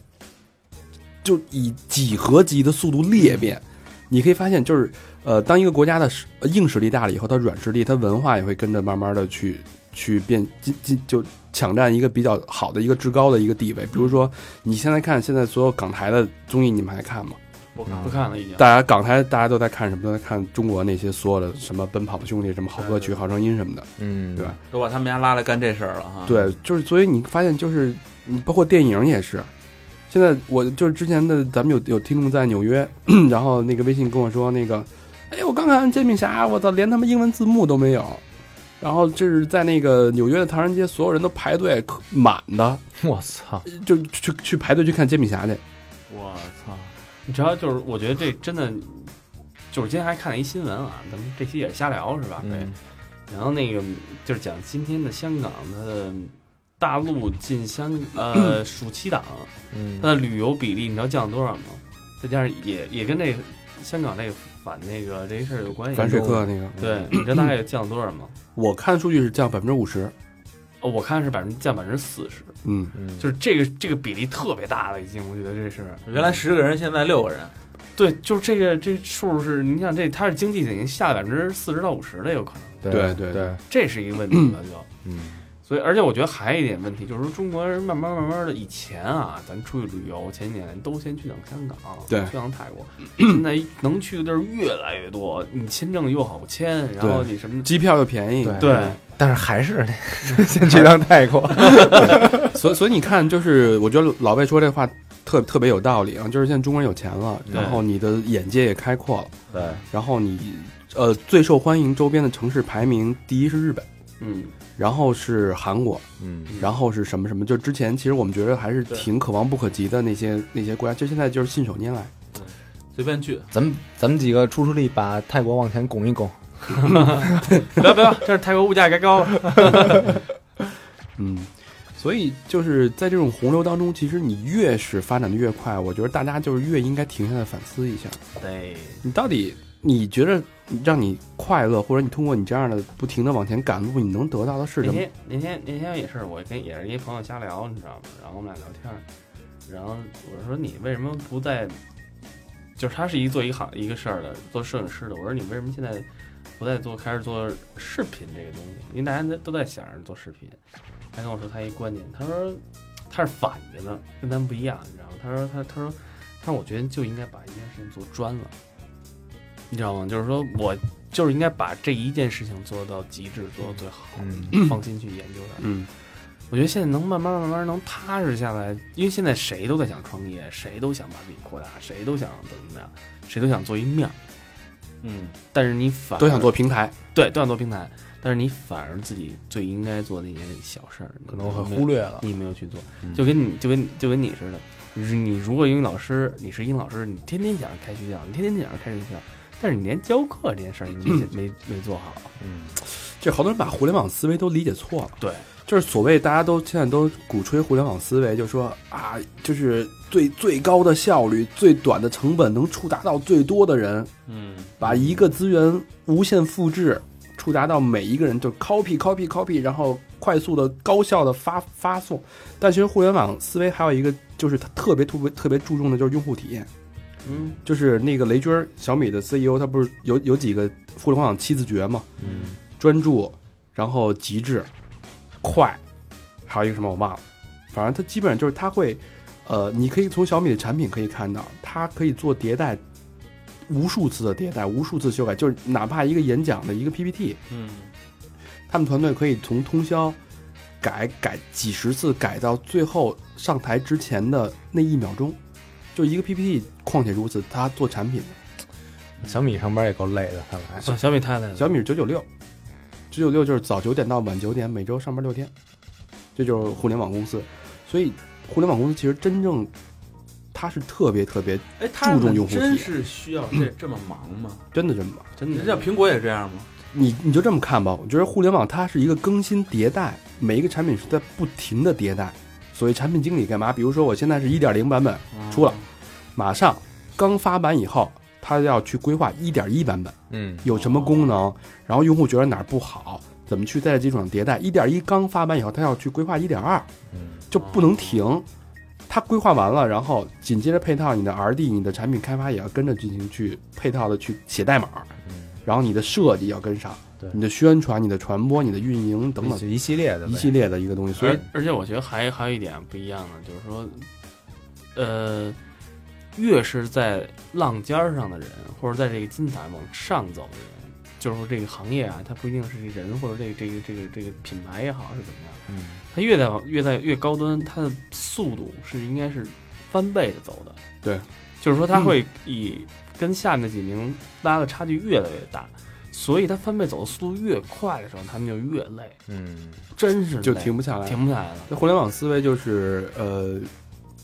[SPEAKER 3] 就以几何级的速度裂变。你可以发现，就是呃，当一个国家的实呃硬实力大了以后，它软实力、它文化也会跟着慢慢的去去变进进就抢占一个比较好的一个至高的一个地位。比如说，你现在看现在所有港台的综艺，你们还看吗？
[SPEAKER 4] 不看不看了已经。
[SPEAKER 3] 大家港台大家都在看什么？都在看中国那些所有的什么《奔跑吧兄弟》、什么好歌曲、好声音什么的。
[SPEAKER 5] 嗯，
[SPEAKER 3] 对吧
[SPEAKER 7] 都把他们家拉来干这事儿了哈。，
[SPEAKER 3] 对，就是所以你发现就是，你包括电影也是。现在我就是之前的，咱们有有听众在纽约， 然后那个微信跟我说那个，哎呦，我刚看《煎饼侠》，我操，连他妈英文字幕都没有。然后这是在那个纽约的唐人街，所有人都排队可满的，
[SPEAKER 5] 我操，
[SPEAKER 3] 就去去排队去看《煎饼侠》去。
[SPEAKER 7] 我操，
[SPEAKER 4] 你知道，就是我觉得这真的，就是今天还看了一新闻啊，咱们这期也是瞎聊是吧？对。
[SPEAKER 5] 嗯
[SPEAKER 4] 然后那个就是讲今天的香港，它的大陆进香呃 暑期档，它
[SPEAKER 5] 嗯
[SPEAKER 4] 的旅游比例你知道降了多少吗？再加上也也跟这个香港这个反那个这事儿有关系。
[SPEAKER 3] 反水客那个，
[SPEAKER 4] 对，你知道大概降了多少吗？
[SPEAKER 3] 我看数据是降百分之五十，
[SPEAKER 4] 呃我看是百分之降百分之四十，
[SPEAKER 3] 嗯，
[SPEAKER 5] 嗯，
[SPEAKER 4] 就是这个这个比例特别大了，已经我觉得这是
[SPEAKER 7] 原来十个人，现在六个人，
[SPEAKER 4] 对，就是这个这数是，你想这它是经济已经下百分之四十到五十了，有可能，
[SPEAKER 5] 对
[SPEAKER 3] 对对
[SPEAKER 5] 对，
[SPEAKER 4] 这是一个问题了就。
[SPEAKER 5] 嗯
[SPEAKER 4] 所以，而且我觉得还有一点问题，就是说中国人慢慢慢慢的，以前啊，咱出去旅游前几年都先去趟香港，
[SPEAKER 3] 对
[SPEAKER 4] 去趟泰国，现在能去的地儿越来越多，你签证又好签，然后你什么
[SPEAKER 3] 机票又便宜，
[SPEAKER 5] 对
[SPEAKER 4] 对，
[SPEAKER 5] 但是还是 得先去趟泰国，
[SPEAKER 3] 所以所以你看，就是我觉得老魏说这话特特别有道理啊，就是现在中国人有钱了，
[SPEAKER 4] 对
[SPEAKER 3] 然后你的眼界也开阔了，
[SPEAKER 5] 对，
[SPEAKER 3] 然后你呃最受欢迎周边的城市排名第一是日本，
[SPEAKER 4] 嗯，
[SPEAKER 3] 然后是韩国，
[SPEAKER 5] 嗯
[SPEAKER 3] 然后是什么什么？就之前其实我们觉得还是
[SPEAKER 7] 对
[SPEAKER 3] 挺可望不可及的那些那些国家，就现在就是信手拈来。
[SPEAKER 7] 随便去。
[SPEAKER 5] 咱们咱们几个出出力把泰国往前拱一拱，
[SPEAKER 4] 不要不要，这是泰国物价该高了，
[SPEAKER 3] 嗯，所以就是在这种洪流当中，其实你越是发展的越快，我觉得大家就是越应该停下来反思一下，
[SPEAKER 4] 对，
[SPEAKER 3] 你到底你觉得让你快乐，或者你通过你这样的不停的往前赶路，你能得到的是
[SPEAKER 4] 那
[SPEAKER 3] 什
[SPEAKER 5] 哎
[SPEAKER 3] 么？
[SPEAKER 4] 天那天那天也是我跟也是一朋友瞎聊，你知道吗？然后我们俩聊天儿，然后我说你为什么不在？就是他是一做一行一个事儿的，做摄影师的。我说你为什么现在不再做开始做视频这个东西？因为大家都都在想着做视频。他跟我说他一观点，他说他是反着的，跟咱不一样，你知道吗？他说他他说他说我觉得就应该把一件事情做专了，你知道吗？就是说我就是应该把这一件事情做到极致，做到最好。
[SPEAKER 5] 嗯，
[SPEAKER 4] 放心去研究它。
[SPEAKER 3] 嗯，
[SPEAKER 4] 我觉得现在能慢慢慢慢能踏实下来，因为现在谁都在想创业，谁都想把自己扩大，谁都想怎么怎么样，谁都想做一面儿。
[SPEAKER 7] 嗯，
[SPEAKER 4] 但是你反而
[SPEAKER 3] 都想做平台，
[SPEAKER 4] 对，都想做平台，但是你反而自己最应该做的那件小事儿，
[SPEAKER 5] 可能会忽略了，
[SPEAKER 4] 你没有去做，就跟你就跟就跟你似的，就是你如果英语老师，你是英语老师，你天天想着开学校，你天天想着开学校，但是你连教课这件事儿你没、没没做好。
[SPEAKER 5] 嗯，
[SPEAKER 3] 这好多人把互联网思维都理解错了。
[SPEAKER 4] 对，
[SPEAKER 3] 就是所谓大家都现在都鼓吹互联网思维，就说啊，就是最最高的效率、最短的成本，能触达到最多的人，
[SPEAKER 7] 嗯，
[SPEAKER 3] 把一个资源无限复制，触达到每一个人，就 copy copy copy，然后快速的、高效的发发送。但其实互联网思维还有一个就是它特别特别特别注重的就是用户体验，
[SPEAKER 4] 嗯
[SPEAKER 3] 就是那个雷军儿，小米的 CEO，他不是有有几个互联网七字诀嘛？嗯，专注，然后极致，快，还有一个什么我忘了，反正他基本上就是他会，呃，你可以从小米的产品可以看到，它可以做迭代，无数次的迭代，无数次修改，就是哪怕一个演讲的一个 PPT，
[SPEAKER 7] 嗯，
[SPEAKER 3] 他们团队可以从通宵改改几十次，改到最后上台之前的那一秒钟，就一个 PPT，况且如此，他做产品的
[SPEAKER 5] 小米上班也够累的，看来，
[SPEAKER 4] 哦小米太太了
[SPEAKER 3] 小米是九九六，九九六就是早九点到晚九点，每周上班六天，这就是互联网公司。所以，互联网公司其实真正它是特别特别
[SPEAKER 7] 哎，他
[SPEAKER 3] 注重用
[SPEAKER 7] 们
[SPEAKER 3] 户体验嗯
[SPEAKER 7] 真是需要这这么忙吗？
[SPEAKER 3] 真的这么忙。
[SPEAKER 4] 真
[SPEAKER 7] 人
[SPEAKER 4] 的
[SPEAKER 7] 家苹果也这样吗？
[SPEAKER 3] 你你就这么看吧，我觉得互联网它是一个更新迭代，每一个产品是在不停的迭代。所谓产品经理干嘛？比如说我现在是一点零版本
[SPEAKER 4] 啊
[SPEAKER 3] 出了，马上刚发版以后，他要去规划一点一版本。
[SPEAKER 5] 嗯
[SPEAKER 3] 有什么功能，然后用户觉得哪儿不好，怎么去在这基础上迭代。一点一刚发完以后，它要去规划一点二，
[SPEAKER 5] 嗯
[SPEAKER 3] 就不能停。它规划完了，然后紧接着配套你的 R&D，你的产品开发也要跟着进行去配套的去写代码，然后你的设计要跟上
[SPEAKER 5] 嗯对，
[SPEAKER 3] 你的宣传、你的传播、你的运营等
[SPEAKER 5] 嗯，
[SPEAKER 3] 等
[SPEAKER 5] 就一系列的呗，
[SPEAKER 3] 一系列的一个东西。所以
[SPEAKER 4] 而而且我觉得还还有一点不一样的，就是说，呃，越是在浪尖儿上的人，或者在这个金字塔往上走的人，就是说这个行业啊，它不一定是这人或者这个这个这个这个品牌也好是怎么样，
[SPEAKER 5] 嗯，
[SPEAKER 4] 它越在往越在越高端，它的速度是应该是翻倍的走的。
[SPEAKER 3] 对，嗯
[SPEAKER 4] 就是说它会以跟下面的几名拉的差距越来越大。所以它翻倍走的速度越快的时候，他们就越累，
[SPEAKER 5] 嗯
[SPEAKER 4] 真是
[SPEAKER 3] 就
[SPEAKER 4] 累
[SPEAKER 3] 停不下来。
[SPEAKER 4] 停不下来了。
[SPEAKER 3] 那互联网思维就是呃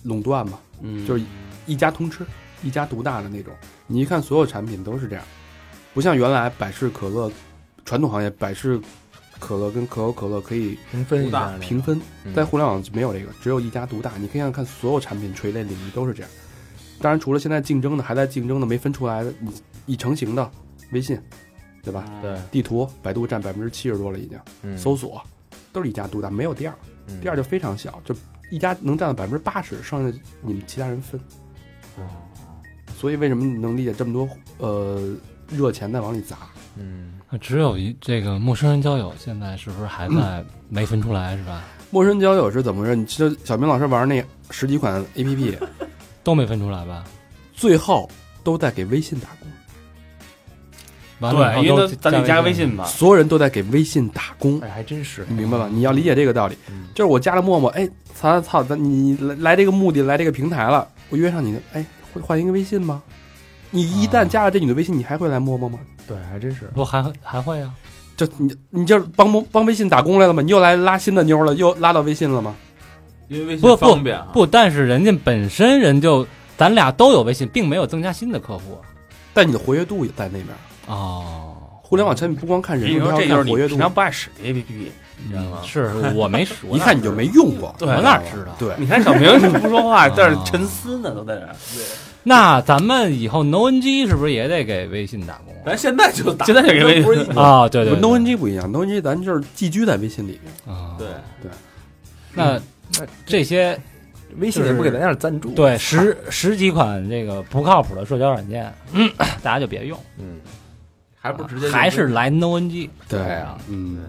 [SPEAKER 3] 垄断嘛，
[SPEAKER 4] 嗯，
[SPEAKER 3] 就是一家通吃、一家独大的那种。你一看所有产品都是这样，不像原来百事可乐，传统行业百事可乐跟可口可乐可以
[SPEAKER 5] 平分一下那个
[SPEAKER 3] 平，分，
[SPEAKER 5] 嗯
[SPEAKER 3] 在互联网没有这个，只有一家独大。你可以看看所有产品垂类领域都是这样。当然，除了现在竞争的还在竞争的没分出来的，已已成型的微信，对吧？
[SPEAKER 5] 对，
[SPEAKER 3] 地图，百度占百分之七十多了已经，
[SPEAKER 5] 嗯
[SPEAKER 3] 搜索都是一家独大，没有第二，
[SPEAKER 5] 嗯
[SPEAKER 3] 第二就非常小，就一家能占到百分之八十，剩下你们其他人分。所以为什么能理解这么多呃热钱在往里砸？
[SPEAKER 5] 嗯，
[SPEAKER 6] 那只有一这个陌生人交友，现在是不是还
[SPEAKER 4] 嗯
[SPEAKER 6] 在没分出来是吧？
[SPEAKER 3] 陌生交友是怎么回事？你知道小明老师玩那十几款 A P P，
[SPEAKER 6] 都没分出来吧？
[SPEAKER 3] 最后都在给微信打工，
[SPEAKER 6] 完了
[SPEAKER 4] 对，
[SPEAKER 6] 以
[SPEAKER 4] 因
[SPEAKER 6] 后
[SPEAKER 4] 为
[SPEAKER 6] 都
[SPEAKER 4] 咱得加个微
[SPEAKER 2] 啊
[SPEAKER 4] 信吧。
[SPEAKER 3] 所有人都在给微信打工。
[SPEAKER 5] 哎，还真是
[SPEAKER 3] 你明白吧？你要理解这个道理，就是我加了陌陌，哎，操操，咱你来来这个目的，来这个平台了，我约上你，哎，会换一个微信吗？你一旦加了这女的微信，你还会来陌陌吗？
[SPEAKER 5] 对，还真是
[SPEAKER 6] 不还还会啊？
[SPEAKER 3] 就你你就是帮陌帮微信打工来了吗？你又来拉新的妞了，又拉到微信了吗？
[SPEAKER 7] 因为微
[SPEAKER 6] 不
[SPEAKER 7] 信
[SPEAKER 6] 不
[SPEAKER 7] 方便啊。
[SPEAKER 6] 不，但是人家本身人就咱俩都有微信，并没有增加新的客户
[SPEAKER 3] 但你的活跃度也在那边。
[SPEAKER 6] 哦。
[SPEAKER 3] 互联网产品不光看人
[SPEAKER 4] 你
[SPEAKER 3] 数，
[SPEAKER 4] 说
[SPEAKER 3] 还
[SPEAKER 4] 这
[SPEAKER 3] 要
[SPEAKER 4] 就是
[SPEAKER 3] 看
[SPEAKER 4] 你
[SPEAKER 3] 活跃度
[SPEAKER 4] 平，常不爱使的 APP，你知道吗？
[SPEAKER 6] 嗯是我没 说，
[SPEAKER 3] 一看你就没用过。
[SPEAKER 4] 对
[SPEAKER 6] 我哪知道？啊
[SPEAKER 3] 对，
[SPEAKER 4] 你看哎小明 是不说话，但是沉思呢，都在这儿。
[SPEAKER 6] 那咱们以后 NoNG 是不是也得给微信打工啊？
[SPEAKER 7] 咱现在就打，
[SPEAKER 4] 现在就给微信
[SPEAKER 7] 不是一
[SPEAKER 6] 啊，对对对
[SPEAKER 3] NoNG 不一样，NoNG 咱就是寄居在微信里面。
[SPEAKER 6] 啊，
[SPEAKER 7] 对，
[SPEAKER 6] 那这些
[SPEAKER 5] 微信也不给咱点赞助，
[SPEAKER 6] 对十十几款这个不靠谱的社交软件，大家就别用，
[SPEAKER 5] 嗯，
[SPEAKER 7] 还不直接就
[SPEAKER 6] 还是来 NoNG。
[SPEAKER 3] 对
[SPEAKER 6] 啊，
[SPEAKER 3] 嗯，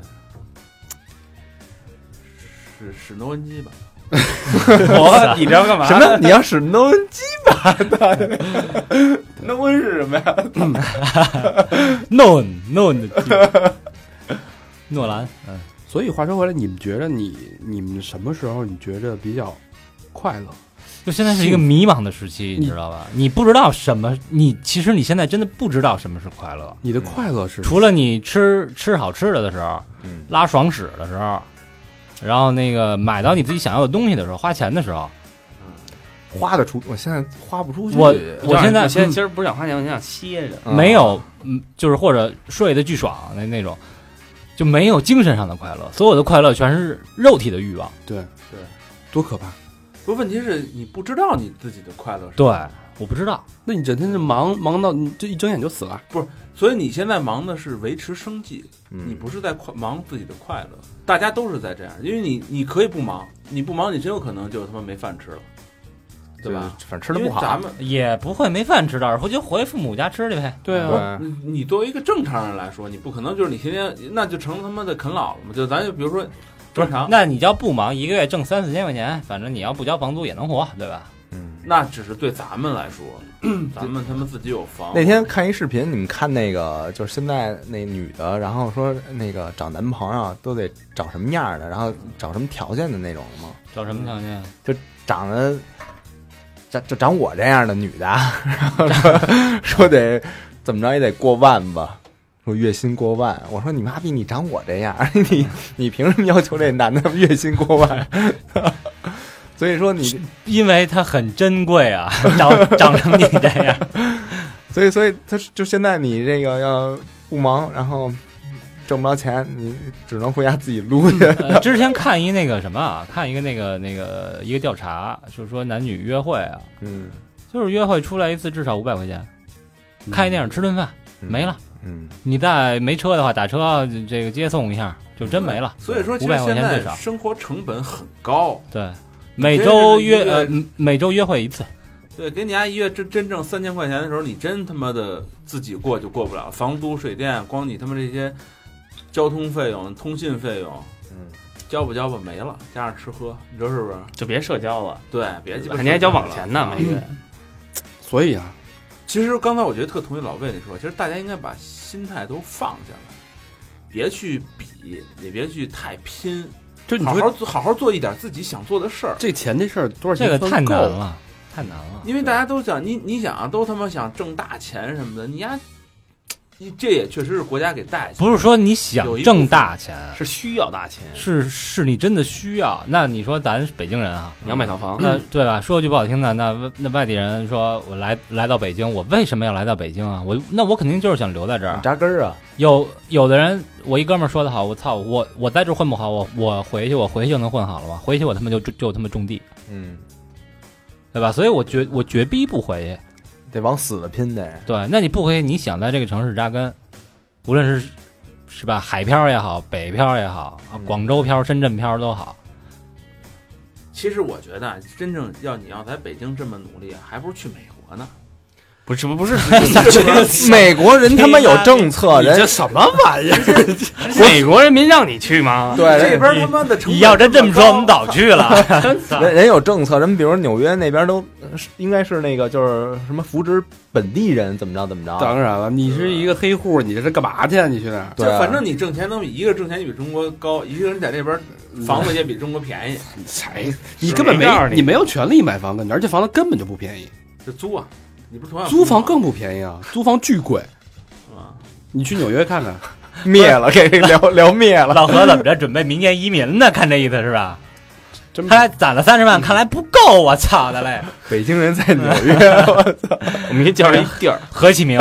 [SPEAKER 7] 使使挪文机吧？
[SPEAKER 4] 我你知道干嘛？
[SPEAKER 5] 什么？你要使 no
[SPEAKER 7] 挪文是什么呀？
[SPEAKER 6] No No 的诺兰，嗯，
[SPEAKER 3] 所以话说回来，你们觉得你你们什么时候你觉着比较快乐？
[SPEAKER 6] 就现在是一个迷茫的时期，你知道吧？你不知道什么，你其实你现在真的不知道什么是快乐，
[SPEAKER 3] 你的快乐是
[SPEAKER 6] 除了你吃吃好吃的的时候，
[SPEAKER 5] 嗯
[SPEAKER 6] 拉爽屎的时候，然后那个买到你自己想要的东西的时候，花钱的时候，
[SPEAKER 5] 花得出，我现在花不出去，
[SPEAKER 6] 我我现在
[SPEAKER 4] 你现在嗯其实不是想花钱，我想歇着。
[SPEAKER 5] 嗯
[SPEAKER 6] 没有，嗯，就是或者睡得巨爽那那种，就没有精神上的快乐，所有的快乐全是肉体的欲望。
[SPEAKER 3] 对
[SPEAKER 7] 对，
[SPEAKER 3] 多可怕！
[SPEAKER 7] 不，问题是你不知道你自己的快乐是
[SPEAKER 6] 对
[SPEAKER 7] 什么，，
[SPEAKER 6] 我不知道，
[SPEAKER 3] 那你整天就忙忙到你这一睁眼就死了。
[SPEAKER 7] 所以你现在忙的是维持生计，
[SPEAKER 5] 嗯
[SPEAKER 7] 你不是在快忙自己的快乐，大家都是在这样，因为你你可以不忙，你不忙你真有可能就他妈没饭吃了，对吧？？
[SPEAKER 5] 反正吃的
[SPEAKER 7] 因
[SPEAKER 5] 不
[SPEAKER 7] 为咱
[SPEAKER 5] 好，
[SPEAKER 7] 们
[SPEAKER 6] 也不会没饭吃的，回就回父母家吃去呗。
[SPEAKER 3] 对
[SPEAKER 5] 对，
[SPEAKER 7] 你你作为一个正常人来说，你不可能就是你天天那就成他妈的啃老了嘛？就咱就比如说正常，
[SPEAKER 6] 那你要不忙，一个月挣三四千块钱，反正你要不交房租也能活，对吧？
[SPEAKER 5] 嗯。
[SPEAKER 7] 那只是对咱们来说，咱们他妈自己有房。
[SPEAKER 5] 那天看一视频，你们看那个就是现在那女的，然后说那个找男朋友啊都得找什么样儿的，然后找什么条件的那种吗？
[SPEAKER 6] 找什么条件？啊
[SPEAKER 5] 长得长长长我这样的女 的，然后说说得怎么着也得过万吧，说月薪过万。我说你妈逼，你长我这样， 你你凭什么要求这男的月薪过万？ 所以说你，
[SPEAKER 6] 因为它很珍贵啊， 长长成你这样。
[SPEAKER 5] 所以所以他就现在你这个要不忙，然后挣不着钱，你只能回家自己撸去。
[SPEAKER 6] 呃， 之前看一那个什么啊，看一个那个那个一个调查，就是说男女约会啊，
[SPEAKER 5] 嗯，
[SPEAKER 6] 就是约会出来一次至少五百块钱，看一电影吃顿饭没了。
[SPEAKER 5] 嗯。
[SPEAKER 6] 你再没车的话，打车这个接送一下，就真没了。
[SPEAKER 7] 嗯所以说，其
[SPEAKER 6] 500
[SPEAKER 7] 实
[SPEAKER 6] 块
[SPEAKER 7] 现
[SPEAKER 6] 钱
[SPEAKER 7] 在
[SPEAKER 6] 最少
[SPEAKER 7] 生活成本很高。
[SPEAKER 6] 对，每周
[SPEAKER 7] 这是
[SPEAKER 6] 约
[SPEAKER 7] 一个
[SPEAKER 6] 呃嗯每周约会一次，
[SPEAKER 7] 对，给你家一月真真挣三千块钱的时候，你真他妈的自己过就过不了，房租、水电，光你他妈这些交通费用、通信费用，
[SPEAKER 5] 嗯，
[SPEAKER 7] 交吧交吧没了，加上吃喝，你说是不是？
[SPEAKER 4] 就别社交了，
[SPEAKER 7] 对，别鸡巴
[SPEAKER 4] 还你还交嗯
[SPEAKER 7] 说
[SPEAKER 4] 网
[SPEAKER 7] 了
[SPEAKER 4] 钱呢，每月。
[SPEAKER 3] 所以啊，
[SPEAKER 7] 其实刚才我觉得特同意老魏你说，其实大家应该把心态都放下来，别去比，也别去太拼，
[SPEAKER 3] 就你
[SPEAKER 7] 好
[SPEAKER 3] 说
[SPEAKER 7] 好做好好做一点自己想做的事儿。
[SPEAKER 3] 这钱这事儿多少钱
[SPEAKER 6] 这个
[SPEAKER 3] 算
[SPEAKER 6] 太
[SPEAKER 3] 够
[SPEAKER 6] 难？了，太难了。
[SPEAKER 7] 因为大家都想你，你想啊，都他妈想挣大钱什么的，你呀，你这也确实是国家给带起来的。
[SPEAKER 6] 不是说你想
[SPEAKER 7] 有一部
[SPEAKER 6] 挣
[SPEAKER 7] 分
[SPEAKER 6] 大钱，
[SPEAKER 4] 是需要大钱，
[SPEAKER 6] 是是你真的需要。那你说咱北京人啊，
[SPEAKER 4] 你要买套房，
[SPEAKER 6] 那对吧？说句不好听的，那外那外地人说我来来到北京，我为什么要来到北京啊？我那我肯定就是想留在这儿。
[SPEAKER 5] 扎根儿啊，
[SPEAKER 6] 有有的人，我一哥们儿说的好，我操，我我在这儿混不好，我我回去我回去就能混好了吗？回去我他妈就就就他妈种地，
[SPEAKER 5] 嗯，
[SPEAKER 6] 对吧？所以我绝我绝逼不回去。
[SPEAKER 5] 得往死了拼得。
[SPEAKER 6] 对，那你不回去，你想在这个城市扎根，无论是是吧？海漂也好，北漂也好，啊广州漂、深圳漂都好。
[SPEAKER 7] 其实我觉得啊，真正要你要在北京这么努力啊，还不如去美国呢。
[SPEAKER 4] 不是不是，
[SPEAKER 5] 美国人他妈有政策，
[SPEAKER 4] 你这
[SPEAKER 5] 人
[SPEAKER 4] 什么玩意儿？美国人民让你去吗？
[SPEAKER 5] 对
[SPEAKER 7] 这边他妈的成本
[SPEAKER 6] 你要真这么说，
[SPEAKER 7] 高
[SPEAKER 6] 我们早去了。
[SPEAKER 5] 人人有政策，人比如纽约那边都应该是那个就是什么扶植本地人，怎么着怎么着，
[SPEAKER 3] 当然了，你是一个黑户，你这是干嘛去啊？你去那儿？
[SPEAKER 5] 对
[SPEAKER 7] 就
[SPEAKER 5] 啊，
[SPEAKER 7] 反正你挣钱能比一个挣钱比中国高，一个人在这边房子也比中国便宜，
[SPEAKER 3] 才你根本没
[SPEAKER 4] 谁告诉你
[SPEAKER 3] 你没有权利买房子，而且房子根本就不便宜，
[SPEAKER 7] 就租啊。你不是同样
[SPEAKER 3] 租房
[SPEAKER 7] 吗
[SPEAKER 3] 更不便宜啊，租房巨贵。
[SPEAKER 7] 啊？
[SPEAKER 3] 你去纽约看看，
[SPEAKER 5] 灭了，给聊聊灭了。
[SPEAKER 6] 老何怎么着？准备明年移民呢？看这意思是吧？
[SPEAKER 3] 真
[SPEAKER 6] 他攒了三十万，看来不够。我操的嘞！
[SPEAKER 5] 北京人在纽约，
[SPEAKER 4] 我们给叫人一地儿，
[SPEAKER 6] 何其明，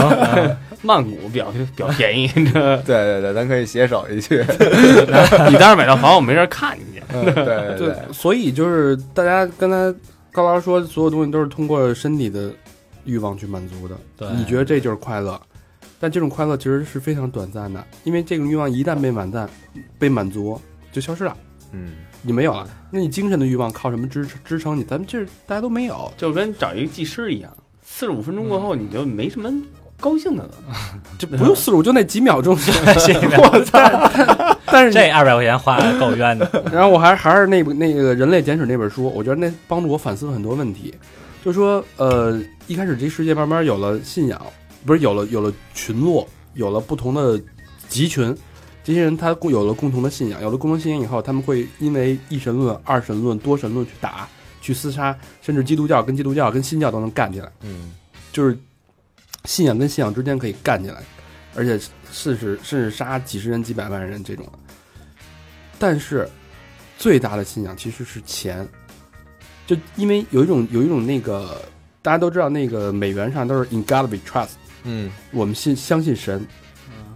[SPEAKER 4] 曼谷表表便宜。 这
[SPEAKER 5] 对对对，咱可以携手一去。
[SPEAKER 4] 你当时买套房，我没人看你去。
[SPEAKER 5] 嗯对对对，
[SPEAKER 3] 所以就是大家刚才高老师说，所有东西都是通过身体的欲望去满足的。
[SPEAKER 6] 对
[SPEAKER 3] 你觉得这就是快乐，但这种快乐其实是非常短暂的，因为这种欲望一旦被满赞、被满足，就消失了，
[SPEAKER 5] 嗯，
[SPEAKER 3] 你没有了。那你精神的欲望靠什么支撑支撑你？咱们这大家都没有，
[SPEAKER 4] 就跟找一个技师一样，四十五分钟过后你就没什么高兴的 了。
[SPEAKER 3] 就不用思路，就那几 秒钟。
[SPEAKER 6] 谢谢。
[SPEAKER 3] 我操！但是
[SPEAKER 6] 这二百块钱花的够冤的。
[SPEAKER 3] 你，然后我还还是那部那个《人类简史》那本书，我觉得那帮助我反思了很多问题。就说呃，一开始这世界慢慢有了信仰，不是有了有了群落，有了不同的集群，这些人他共有了共同的信仰，有了共同信仰以后，他们会因为一神论、二神论、多神论去打、去厮杀，甚至基督教跟基督教、跟新教都能干起来。
[SPEAKER 5] 嗯，
[SPEAKER 3] 就是信仰跟信仰之间可以干起来，而且甚至甚至杀几十人、几百万人这种。但是最大的信仰其实是钱，就因为有一种有一种那个大家都知道，那个美元上都是 in God we trust，
[SPEAKER 5] 嗯，
[SPEAKER 3] 我们信相信神，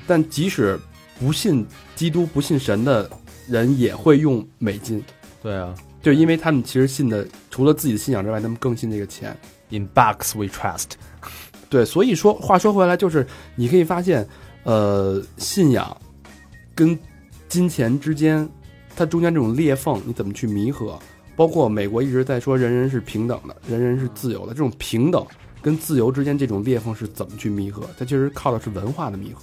[SPEAKER 3] 但即使不信基督、不信神的人也会用美金，
[SPEAKER 5] 对啊。
[SPEAKER 3] 就因为他们其实信的除了自己的信仰之外，他们更信这个钱。
[SPEAKER 5] In box we trust。
[SPEAKER 3] 对，所以说话说回来，就是你可以发现，呃，信仰跟金钱之间，它中间这种裂缝，你怎么去弥合？包括美国一直在说人人是平等的，人人是自由的，这种平等跟自由之间这种裂缝是怎么去弥合？它其实靠的是文化的弥合。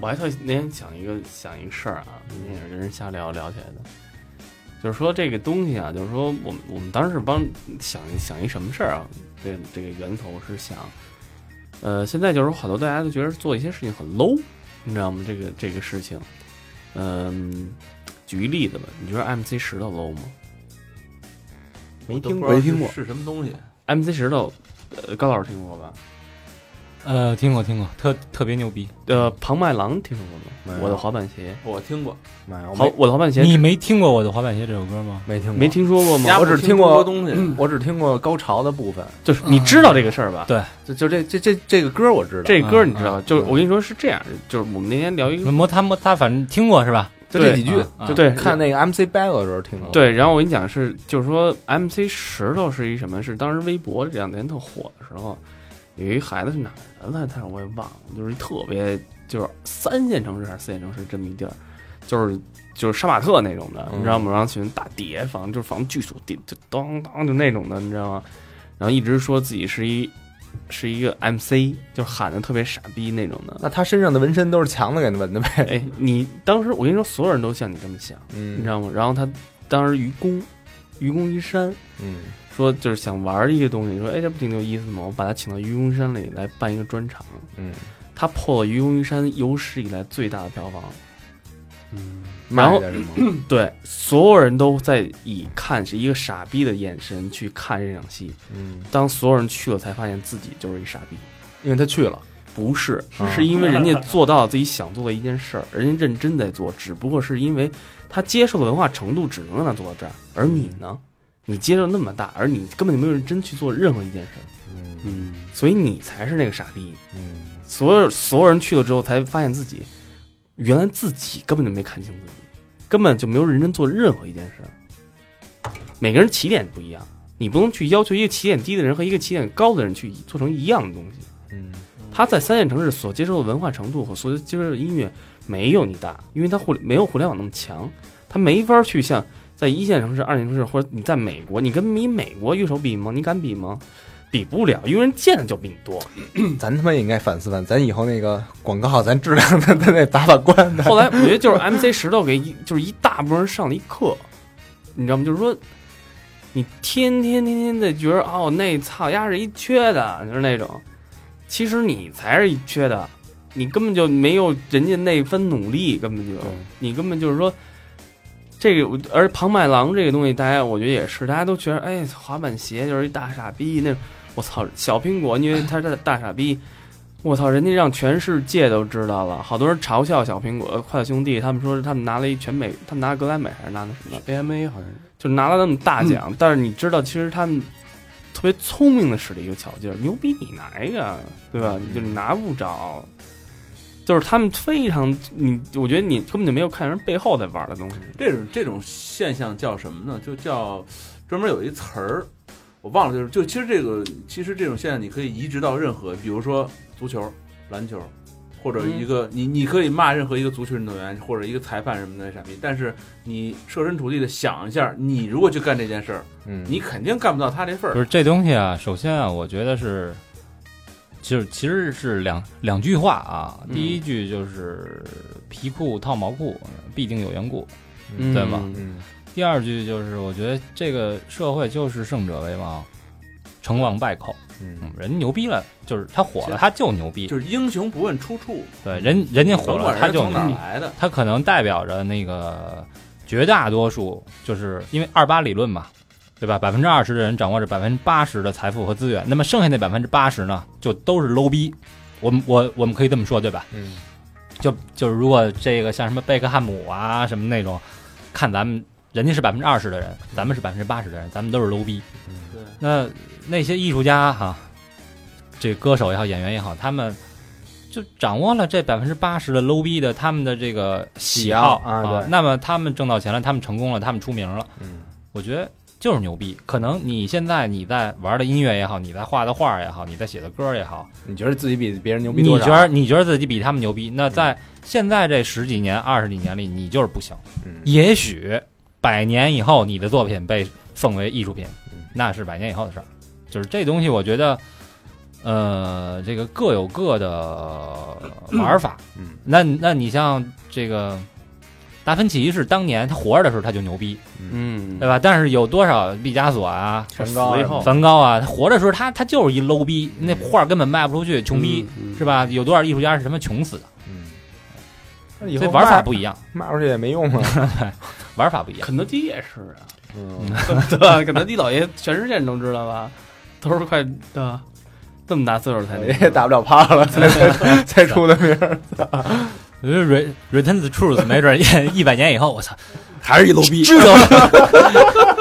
[SPEAKER 4] 我还特那天想一个想一个事儿啊，那也是跟人瞎聊聊起来的，就是说这个东西啊，就是说我们我们当时是帮想想一什么事儿啊？这这个源头是想，呃，现在就是好多大家都觉得做一些事情很 low，你知道吗？这个这个事情，嗯、举一例子吧，你觉得 MC 石头 low 吗？
[SPEAKER 7] 没
[SPEAKER 3] 听过没听过
[SPEAKER 7] 是什么东西？
[SPEAKER 4] MC 石头，呃，高老师听过吧？
[SPEAKER 6] 呃，听过听过，特特别牛逼。
[SPEAKER 4] 呃，庞麦郎听说过
[SPEAKER 5] 没
[SPEAKER 4] 吗？
[SPEAKER 5] 有
[SPEAKER 4] 我的滑板鞋，
[SPEAKER 7] 我听过，
[SPEAKER 5] 妈
[SPEAKER 6] 哦
[SPEAKER 5] 呀，我
[SPEAKER 4] 好
[SPEAKER 5] 没，
[SPEAKER 4] 我的滑板鞋
[SPEAKER 6] 你没听过我的滑板鞋这首歌吗？
[SPEAKER 5] 没听过，
[SPEAKER 4] 没听说过吗？
[SPEAKER 7] 鸭
[SPEAKER 5] 嗯我
[SPEAKER 7] 不
[SPEAKER 5] 只听
[SPEAKER 7] 过
[SPEAKER 5] 过嗯
[SPEAKER 7] 多东西，
[SPEAKER 5] 我只听过高潮的部分。
[SPEAKER 4] 就是你知道这个事儿吧？
[SPEAKER 5] 就就这这这这个歌我知道，
[SPEAKER 4] 这歌你知
[SPEAKER 6] 嗯
[SPEAKER 4] 道，就是我跟你说是这样，就是我们那天聊一个，
[SPEAKER 6] 摩擦摩擦，反正听过是吧？
[SPEAKER 5] 就这
[SPEAKER 4] 对
[SPEAKER 5] 几句，
[SPEAKER 6] 啊
[SPEAKER 4] 就对
[SPEAKER 5] 看那个 MC Battle 的时候听
[SPEAKER 7] 哦
[SPEAKER 5] 的。，
[SPEAKER 4] 对，然后我跟你讲是，就是说 MC 石头是一什么？是当时微博这两年特火的时候，有一孩子是哪儿的来着？我也忘了，就是一特别就是三线城市还是四线城市这么一地儿，就是就是杀马特那种的，
[SPEAKER 5] 嗯
[SPEAKER 4] 你知道吗？然后群大叠房，就是房巨锁顶，就当当就那种的，你知道吗？然后一直说自己是一是一个 MC，就喊的特别傻逼那种 的。
[SPEAKER 5] 那他身上的纹身都是强子给他纹的呗？
[SPEAKER 4] 哎，你当时我跟你说，所有人都像你这么想。
[SPEAKER 5] 嗯，
[SPEAKER 4] 你知道吗？然后他当时愚公，愚公移山，
[SPEAKER 5] 嗯
[SPEAKER 4] 说就是想玩儿一个东西，说哎这不挺有意思吗？我把他请到愚公移山里来办一个专场，
[SPEAKER 5] 嗯，
[SPEAKER 4] 他破了愚公移山有史以来最大的票房。然
[SPEAKER 5] 卖
[SPEAKER 4] 后
[SPEAKER 5] 的是吗？
[SPEAKER 4] 对，所有人都在以看是一个傻逼的眼神去看这场戏。
[SPEAKER 5] 嗯，
[SPEAKER 4] 当所有人去了，才发现自己就是一傻逼。
[SPEAKER 5] 因为他去了，
[SPEAKER 4] 不是，
[SPEAKER 5] 啊
[SPEAKER 4] 是因为人家做到了自己想做的一件事儿， 人家认真在做，只不过是因为他接受的文化程度只能让他做到这儿，而你
[SPEAKER 5] 嗯
[SPEAKER 4] 呢，你接受那么大，而你根本就没有认真去做任何一件事儿，
[SPEAKER 5] 嗯
[SPEAKER 4] 嗯，所以你才是那个傻逼。
[SPEAKER 5] 嗯，
[SPEAKER 4] 所有所有人去了之后，才发现自己原来自己根本就没看清自己，根本就没有认真做任何一件事儿。每个人起点不一样，你不能去要求一个起点低的人和一个起点高的人去做成一样的东西。
[SPEAKER 5] 嗯，
[SPEAKER 4] 他在三线城市所接受的文化程度和所接受的音乐没有你大，因为他互没有互联网那么强，他没法去像在一线城市、二线城市或者你在美国，你跟你美国乐手比吗？你敢比吗？比不了，因为人见的就比你多。
[SPEAKER 5] 咱他妈也应该反思反思，咱以后那个广告，咱质量咱咱得把把关的。
[SPEAKER 4] 后来我觉得就是 MC 石头给一就是一大部分人上了一课，你知道吗？就是说，你天天天天的觉得哦，那操丫是一缺的，就是那种，其实你才是一缺的，你根本就没有人家那份努力，根本就你根本就是说。这个，而庞麦郎这个东西，大家我觉得也是，大家都觉得，哎，滑板鞋就是一大傻逼那种。我操，小苹果，因为他是大傻逼，我操，人家让全世界都知道了，好多人嘲笑小苹果、呃快乐兄弟，他们说是他们拿了一全美，他们拿格莱美还是拿的什么，
[SPEAKER 3] AMA 好像是
[SPEAKER 4] 就拿了那么大奖。但是你知道，其实他们特别聪明的使了一个巧劲儿，牛逼你拿一个，对吧？你就拿不着。就是他们非常，你我觉得你根本就没有看人背后在玩的东西。
[SPEAKER 7] 这种这种现象叫什么呢？就叫专门有一词儿，我忘了，就是就其实这个其实这种现象你可以移植到任何，比如说足球、篮球，或者一个、你你可以骂任何一个足球运动员或者一个裁判什么的傻逼，但是你设身处地的想一下，你如果去干这件事儿，
[SPEAKER 5] 嗯，
[SPEAKER 7] 你肯定干不到他这份
[SPEAKER 6] 就
[SPEAKER 7] 儿。
[SPEAKER 6] 是这东西啊，首先啊，我觉得是，就是其实是两两句话啊。
[SPEAKER 4] 嗯
[SPEAKER 6] 第一句就是皮裤套毛裤，必定有缘故。
[SPEAKER 5] 嗯
[SPEAKER 6] 对吗
[SPEAKER 5] 嗯
[SPEAKER 6] 第二句就是，我觉得这个社会就是胜者为王，成王败寇。嗯
[SPEAKER 5] 嗯，
[SPEAKER 6] 人牛逼了，就是他火了，他就牛逼。
[SPEAKER 7] 就是英雄不问出处，
[SPEAKER 6] 对，人人家火
[SPEAKER 7] 甭管
[SPEAKER 6] 了，他
[SPEAKER 7] 人
[SPEAKER 6] 就
[SPEAKER 7] 从
[SPEAKER 6] 牛
[SPEAKER 7] 哪儿
[SPEAKER 6] 逼。
[SPEAKER 7] 来的，
[SPEAKER 6] 他可能代表着那个绝大多数，就是因为二八理论嘛，对吧？百分之二十的人掌握着百分之八十的财富和资源，那么剩下那百分之八十呢，就都是 low 逼。我们我我们可以这么说，对吧？
[SPEAKER 5] 嗯，
[SPEAKER 6] 就就是如果这个像什么贝克汉姆啊什么那种，看咱们人家是百分之二十的人，
[SPEAKER 5] 嗯
[SPEAKER 6] 咱们是百分之八十的人，咱们都是 low 逼。
[SPEAKER 7] 对，
[SPEAKER 6] 那那些艺术家哈、这歌手也好，演员也好，他们就掌握了这百分之八十的 low 逼的他们的这个喜好
[SPEAKER 5] 喜好啊对
[SPEAKER 6] 那么他们挣到钱了，他们成功了，他们出名了，
[SPEAKER 5] 嗯，
[SPEAKER 6] 我觉得就是牛逼。可能你现在你在玩的音乐也好，你在画的画也好，你在写的歌也好，
[SPEAKER 5] 你觉得自己比别人牛逼
[SPEAKER 6] 你
[SPEAKER 5] 多
[SPEAKER 6] 觉
[SPEAKER 5] 少？
[SPEAKER 6] 得你觉得自己比他们牛逼，那在现在这十几年、二十几年里，你就是不行。
[SPEAKER 5] 嗯
[SPEAKER 6] 也许百年以后你的作品被奉为艺术品
[SPEAKER 5] 嗯，
[SPEAKER 6] 那是百年以后的事儿。就是这东西，我觉得，呃，这个各有各的玩法。
[SPEAKER 5] 嗯，
[SPEAKER 6] 那那你像这个达芬奇是当年他活着的时候他就牛逼，
[SPEAKER 4] 嗯
[SPEAKER 6] 对吧？但是有多少毕加索啊、
[SPEAKER 5] 梵高
[SPEAKER 4] 死以后
[SPEAKER 6] 梵高啊，他活着的时候他他就是一 low 逼，那画根本卖不出去，
[SPEAKER 4] 嗯
[SPEAKER 6] 穷逼、是吧？有多少艺术家是什么穷死的？
[SPEAKER 5] 嗯，
[SPEAKER 6] 所以玩法不一样，嗯
[SPEAKER 5] 骂出去也没用啊。
[SPEAKER 6] 玩法不一样。
[SPEAKER 4] 肯德基也是啊，
[SPEAKER 5] 嗯，
[SPEAKER 4] 对吧？肯德基老爷全世界人都知道吧？都是快对吧？这么大岁数才
[SPEAKER 3] 哎
[SPEAKER 4] 那
[SPEAKER 5] 也打不了趴了，才才才出的名儿，
[SPEAKER 6] 我觉得 re return the truth 没准儿 一百年以后，我操，
[SPEAKER 5] 还是一 low 逼。
[SPEAKER 6] 知道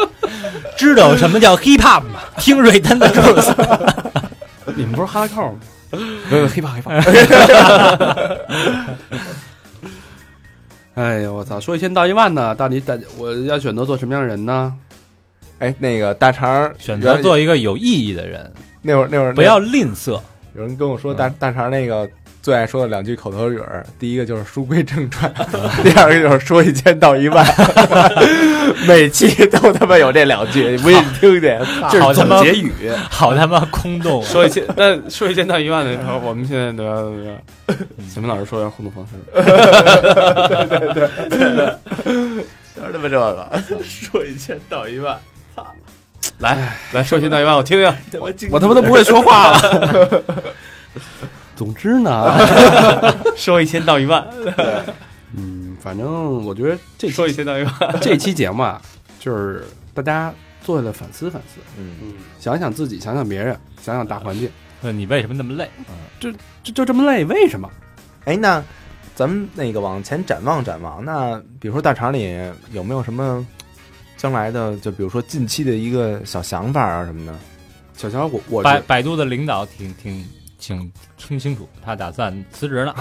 [SPEAKER 6] 知道什么叫 hip hop 吗？听 return the truth，
[SPEAKER 4] 你们不是哈拉扣吗？
[SPEAKER 5] 黑怕黑怕。
[SPEAKER 3] 哎呀，我操！说一千道一万呢，到底大我要选择做什么样的人呢？
[SPEAKER 5] 哎，那个大肠儿
[SPEAKER 6] 选择做一个有意义的人，
[SPEAKER 5] 那会儿那会儿
[SPEAKER 6] 不要嗯吝啬。
[SPEAKER 5] 有人跟我说大大肠那个最爱说的两句口头语儿，第一个就是书归正 传，第二个就是说一千道一万， 每期都他妈有这两句，你不信你听听，这
[SPEAKER 6] 好
[SPEAKER 5] 是
[SPEAKER 6] 他妈
[SPEAKER 5] 总结语。
[SPEAKER 6] 好他妈空洞啊！
[SPEAKER 4] 说一千，那说一千到一万的时候，我们现在对吧？对吧？前面老师说一下互动方式，
[SPEAKER 5] 就是他妈这个，
[SPEAKER 7] 说一千道一万，
[SPEAKER 4] 来来说一千到一万，我听听。
[SPEAKER 7] 他妈经
[SPEAKER 3] 我他妈都不会说话了。总之呢，
[SPEAKER 4] 说一千到一万，
[SPEAKER 3] 嗯，反正我觉得这
[SPEAKER 4] 说一千到一万。
[SPEAKER 3] 这期节目啊，就是大家坐下来反思反思，
[SPEAKER 5] 嗯，
[SPEAKER 3] 想想自己，想想别人，想想大环境，
[SPEAKER 6] 你为什么那么累？
[SPEAKER 3] 就就这么累，为什么？
[SPEAKER 5] 哎，那咱们那个往前展望展望，那比如说大肠里有没有什么将来的，就比如说近期的一个小想法啊什么的？
[SPEAKER 3] 小乔，我我
[SPEAKER 6] 百
[SPEAKER 3] 觉
[SPEAKER 6] 百度的领导挺挺请听清楚，他打算辞职了。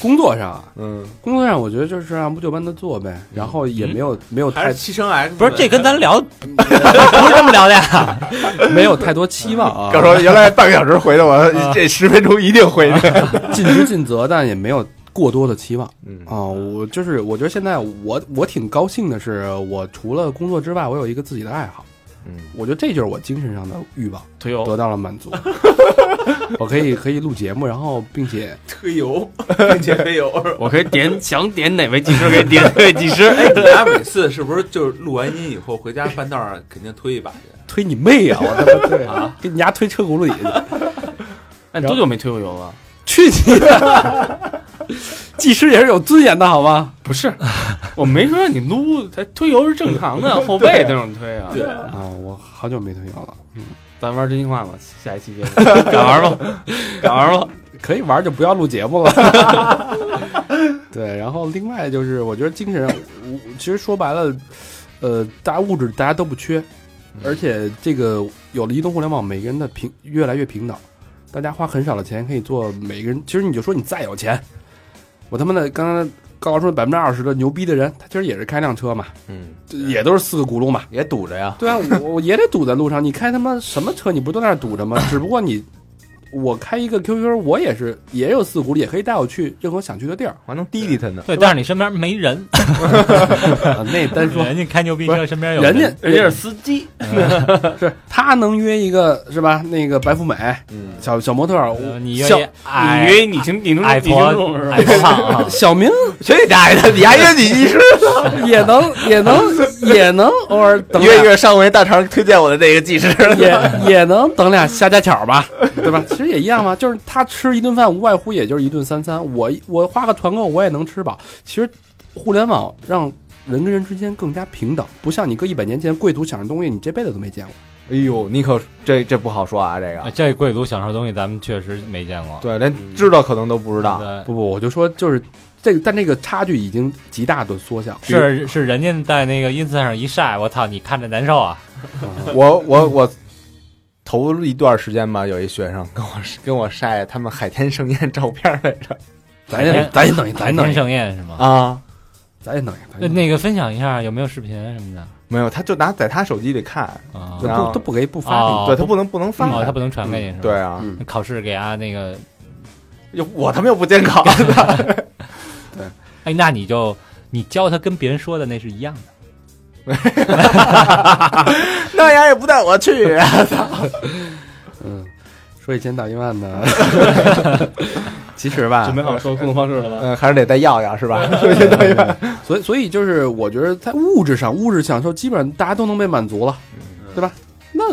[SPEAKER 3] 工作上啊，
[SPEAKER 5] 嗯，
[SPEAKER 3] 工作上我觉得就是按部就班的做呗，然后也没有没有
[SPEAKER 7] 嗯还
[SPEAKER 3] 太
[SPEAKER 7] 是七啊乘 X
[SPEAKER 6] 不是，这跟咱聊不是这么聊的呀。
[SPEAKER 3] 没有太多期 望啊，
[SPEAKER 5] 要说原来半个小时回的我，这十分钟一定回的。
[SPEAKER 3] 尽职尽责，但也没有过多的期望
[SPEAKER 5] 嗯
[SPEAKER 3] 啊。我就是我觉得现在我我挺高兴的是，我除了工作之外，我有一个自己的爱好，
[SPEAKER 5] 嗯，
[SPEAKER 3] 我觉得这就是我精神上的欲望
[SPEAKER 4] 推油
[SPEAKER 3] 得到了满足。 我可以可以录节目，然后并且
[SPEAKER 7] 推油， 并且没 有。
[SPEAKER 4] 我可以点想点哪位技师，可以点哪位技师。哎，
[SPEAKER 7] 咱每次是不是就是录完音以后回家半道儿啊肯定推一把去？
[SPEAKER 3] 推你妹啊！我他妈对啊，给你丫推车轱辘里去。
[SPEAKER 4] 那你多久没推过油了？
[SPEAKER 3] 去你的！ 技师也是有尊严的好吗？
[SPEAKER 4] 不是，我没说让你撸，他推油是正常 的，后背那种推啊。
[SPEAKER 7] 对，
[SPEAKER 3] 啊，我好久没推油了，
[SPEAKER 4] 咱玩真心话吧，下一期节目 敢 玩吗？敢玩吗？
[SPEAKER 3] 可以玩就不要录节目了。 对，然后另外就是，我觉得精神上，我其实说白了，呃，大家物质大家都不缺，而且这个有了移动互联网，每个人的平越来越平等，大家花很少的钱可以做每个人。其实你就说你再有钱，我他妈的刚才高老师说百分之二十的牛逼的人，他其实也是开辆车嘛，
[SPEAKER 5] 嗯，
[SPEAKER 3] 这也都是四个轱辘嘛，
[SPEAKER 5] 也堵着呀。
[SPEAKER 3] 对啊，我 我也得堵在路上。你开他妈什么车？你不都在那儿堵着吗？只不过你，我开一个 QQ，我也是也有四股，也可以带我去任何想去的地儿。
[SPEAKER 5] 我还能滴滴他呢。
[SPEAKER 6] 对，但是你身边没人，
[SPEAKER 3] 啊、那单说，
[SPEAKER 6] 人家开牛逼车身边有
[SPEAKER 3] 人家
[SPEAKER 4] 人家是司机，
[SPEAKER 3] 是他能约一个是吧？那个白富美
[SPEAKER 5] 嗯，
[SPEAKER 3] 小小模特儿，
[SPEAKER 6] 呃
[SPEAKER 3] 我
[SPEAKER 6] 你
[SPEAKER 3] 小
[SPEAKER 6] 愿意
[SPEAKER 4] 你
[SPEAKER 6] 矮
[SPEAKER 3] 哎
[SPEAKER 4] 以为你听你能
[SPEAKER 6] 矮
[SPEAKER 4] 你听
[SPEAKER 6] 矬
[SPEAKER 4] 懂是吧
[SPEAKER 6] 矮矬 啊？
[SPEAKER 3] 小明
[SPEAKER 5] 去你大 爷的！你还约你技师？
[SPEAKER 3] 也能也 能也能偶尔等
[SPEAKER 5] 约一
[SPEAKER 3] 俩
[SPEAKER 5] 约上回大肠推荐我的那个技师。
[SPEAKER 3] 也也能等俩瞎家巧吧，对吧？其实也一样嘛，就是他吃一顿饭无外乎也就是一顿三餐，我我花个团购我也能吃饱。其实互联网让人跟人之间更加平等，不像你搁一百年前贵族享受东西，你这辈子都没见过。
[SPEAKER 5] 哎呦，你可这这不好说啊，这
[SPEAKER 6] 啊
[SPEAKER 5] 个
[SPEAKER 6] 这贵族享受东西咱们确实没见过，
[SPEAKER 5] 对，连知道可能都不知道。
[SPEAKER 6] 对，
[SPEAKER 3] 不不，我就说就是这个，但这个差距已经极大的缩小。比如
[SPEAKER 6] 是是人家在那个 ins 上一晒，我操，你看着难受啊！
[SPEAKER 5] 我我我头一段时间吧，有一学生跟我跟我晒他们海天盛宴照片来着
[SPEAKER 3] 咱
[SPEAKER 5] 哎
[SPEAKER 3] 也咱也等一，咱
[SPEAKER 6] 白
[SPEAKER 3] 也等
[SPEAKER 6] 天
[SPEAKER 3] 一，
[SPEAKER 6] 盛宴是吗？
[SPEAKER 5] 啊，
[SPEAKER 3] 咱也等一，咱
[SPEAKER 6] 那
[SPEAKER 3] 也等一
[SPEAKER 6] 那个分享一下有没有视频什么的
[SPEAKER 5] 没有，他就拿在他手机里看，
[SPEAKER 6] 啊？
[SPEAKER 5] 那
[SPEAKER 3] 都不都不给不发
[SPEAKER 6] 哦
[SPEAKER 5] 对哦他不能不能发
[SPEAKER 6] 哦，，他不能传给你是吧？
[SPEAKER 5] 对，啊，
[SPEAKER 3] 嗯
[SPEAKER 6] 考试给啊那个，
[SPEAKER 5] 又我他妈又不监 考，
[SPEAKER 6] 哎，那你就你教他跟别人说的那是一样的。
[SPEAKER 5] 那丫也不带我去。
[SPEAKER 3] 给你。嗯，说一千道一万的， 其实吧，
[SPEAKER 4] 准备好说沟通方式了吗？
[SPEAKER 5] 嗯，还是得带药药是 吧？
[SPEAKER 3] 所以，所以就是我觉得在物质上，物质享受基本上大家都能被满足了，
[SPEAKER 4] 嗯
[SPEAKER 3] 对吧？那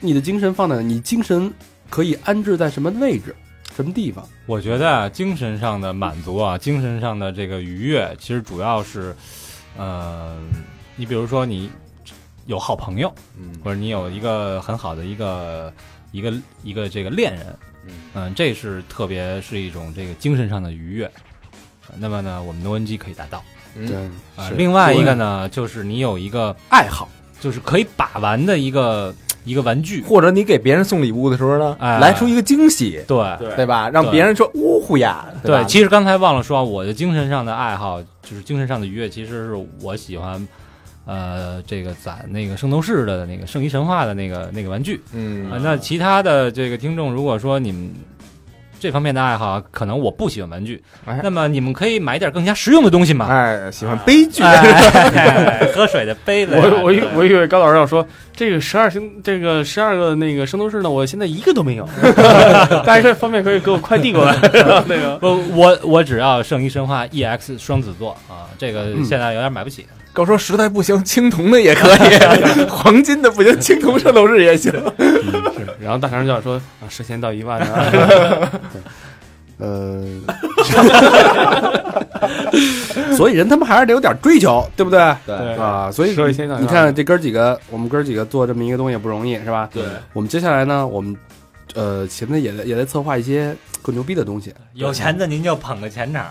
[SPEAKER 3] 你的精神放在你精神可以安置在什么位置、什么地方？
[SPEAKER 6] 我觉得啊，精神上的满足啊，精神上的这个愉悦，其实主要是，呃，你比如说你有好朋友，
[SPEAKER 5] 嗯
[SPEAKER 6] 或者你有一个很好的一个一个一个这个恋人，嗯、这是特别是一种这个精神上的愉悦。那么呢，我们挪文机可以达到。
[SPEAKER 5] 嗯，
[SPEAKER 6] 啊、
[SPEAKER 3] 是
[SPEAKER 6] 另外一个呢，就是你有一个
[SPEAKER 3] 爱好，
[SPEAKER 6] 就是可以把玩的一个一个玩具，
[SPEAKER 5] 或者你给别人送礼物的时候呢，
[SPEAKER 6] 哎
[SPEAKER 5] 来出一个惊喜，
[SPEAKER 6] 对
[SPEAKER 7] 对
[SPEAKER 5] 对吧？让别人说呜呼呀，吧
[SPEAKER 6] 对，其实刚才忘了说，啊我的精神上的爱好就是精神上的愉悦，其实是我喜欢，呃，这个攒那个圣斗士的那个圣衣神话的那个那个玩具、
[SPEAKER 5] 嗯
[SPEAKER 6] 啊。那其他的这个听众，如果说你们这方面的爱好，啊可能我不喜欢玩具，
[SPEAKER 5] 哎
[SPEAKER 6] 那么你们可以买点更加实用的东西嘛。
[SPEAKER 5] 哎，喜欢悲剧，
[SPEAKER 6] 哎喝水的杯子呀，
[SPEAKER 4] 我我以我以为高老师要说这个十二星这个十二个那个圣斗士呢，我现在一个都 没有。大家这方面可以给我快递过来。那个
[SPEAKER 6] 不，我我只要圣衣神话 EX 双子座啊，这个现在有点买不起。
[SPEAKER 5] 告说实在不行，啊青铜的也可以，黄金的不行，青铜圣斗士也行。
[SPEAKER 4] 是，然后大肠就要说啊，十千到一万啊，
[SPEAKER 3] 呃，所以人他妈还是得有点追求，对不对？
[SPEAKER 4] 对
[SPEAKER 3] 啊，所以
[SPEAKER 4] 说一千道一万
[SPEAKER 3] 你看这哥儿几个，我们哥儿几个做这么一个东西也不容易，是吧？
[SPEAKER 7] 对，
[SPEAKER 3] 我们接下来呢，我们呃现在也在也在策划一些更牛逼的东西，
[SPEAKER 6] 有钱的您就捧个钱场，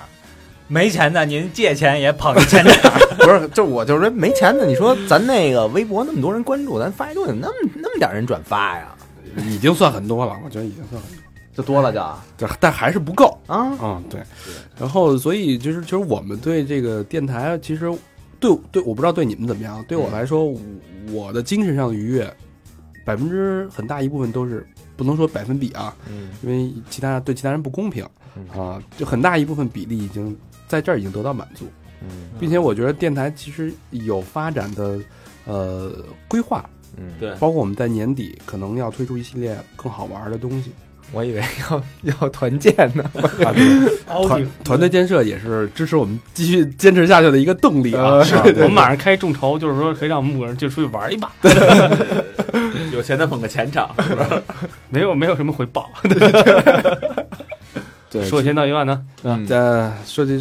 [SPEAKER 6] 没钱的您借钱也捧个钱场。
[SPEAKER 5] 不是，就我就是说没钱的，你说咱那个微博那么多人关注，咱发一东西，那么那么点人转发呀？
[SPEAKER 3] 已经算很多了，我觉得已经算很多
[SPEAKER 5] 就多了就啊
[SPEAKER 3] 这，但还是不够。
[SPEAKER 5] 啊，
[SPEAKER 3] 嗯，对。然后，所以就是，其实我们对这个电台，其实对对，我不知道对你们怎么样。对我来说，我
[SPEAKER 5] 嗯
[SPEAKER 3] 我的精神上的愉悦，百分之很大一部分都是不能说百分比啊，
[SPEAKER 5] 嗯
[SPEAKER 3] 因为其他对其他人不公平
[SPEAKER 5] 嗯
[SPEAKER 3] 啊，就很大一部分比例已经在这儿已经得到满足，
[SPEAKER 5] 嗯
[SPEAKER 3] 并且我觉得电台其实有发展的呃规划，
[SPEAKER 5] 嗯，
[SPEAKER 7] 对
[SPEAKER 3] 包括我们在年底可能要推出一系列更好玩的东西。
[SPEAKER 5] 我以为要要团建呢，
[SPEAKER 3] 啊，对团团队建设也是支持我们继续坚持下去的一个动
[SPEAKER 5] 哎
[SPEAKER 3] 力啊！是
[SPEAKER 4] 我们马上开众筹，就是说可以让我们五个人就出去玩一把，
[SPEAKER 7] 有钱的捧个钱场，
[SPEAKER 4] 没有没有什么回报。
[SPEAKER 3] 对
[SPEAKER 4] 说一千道一万呢？
[SPEAKER 5] 嗯
[SPEAKER 3] 这说这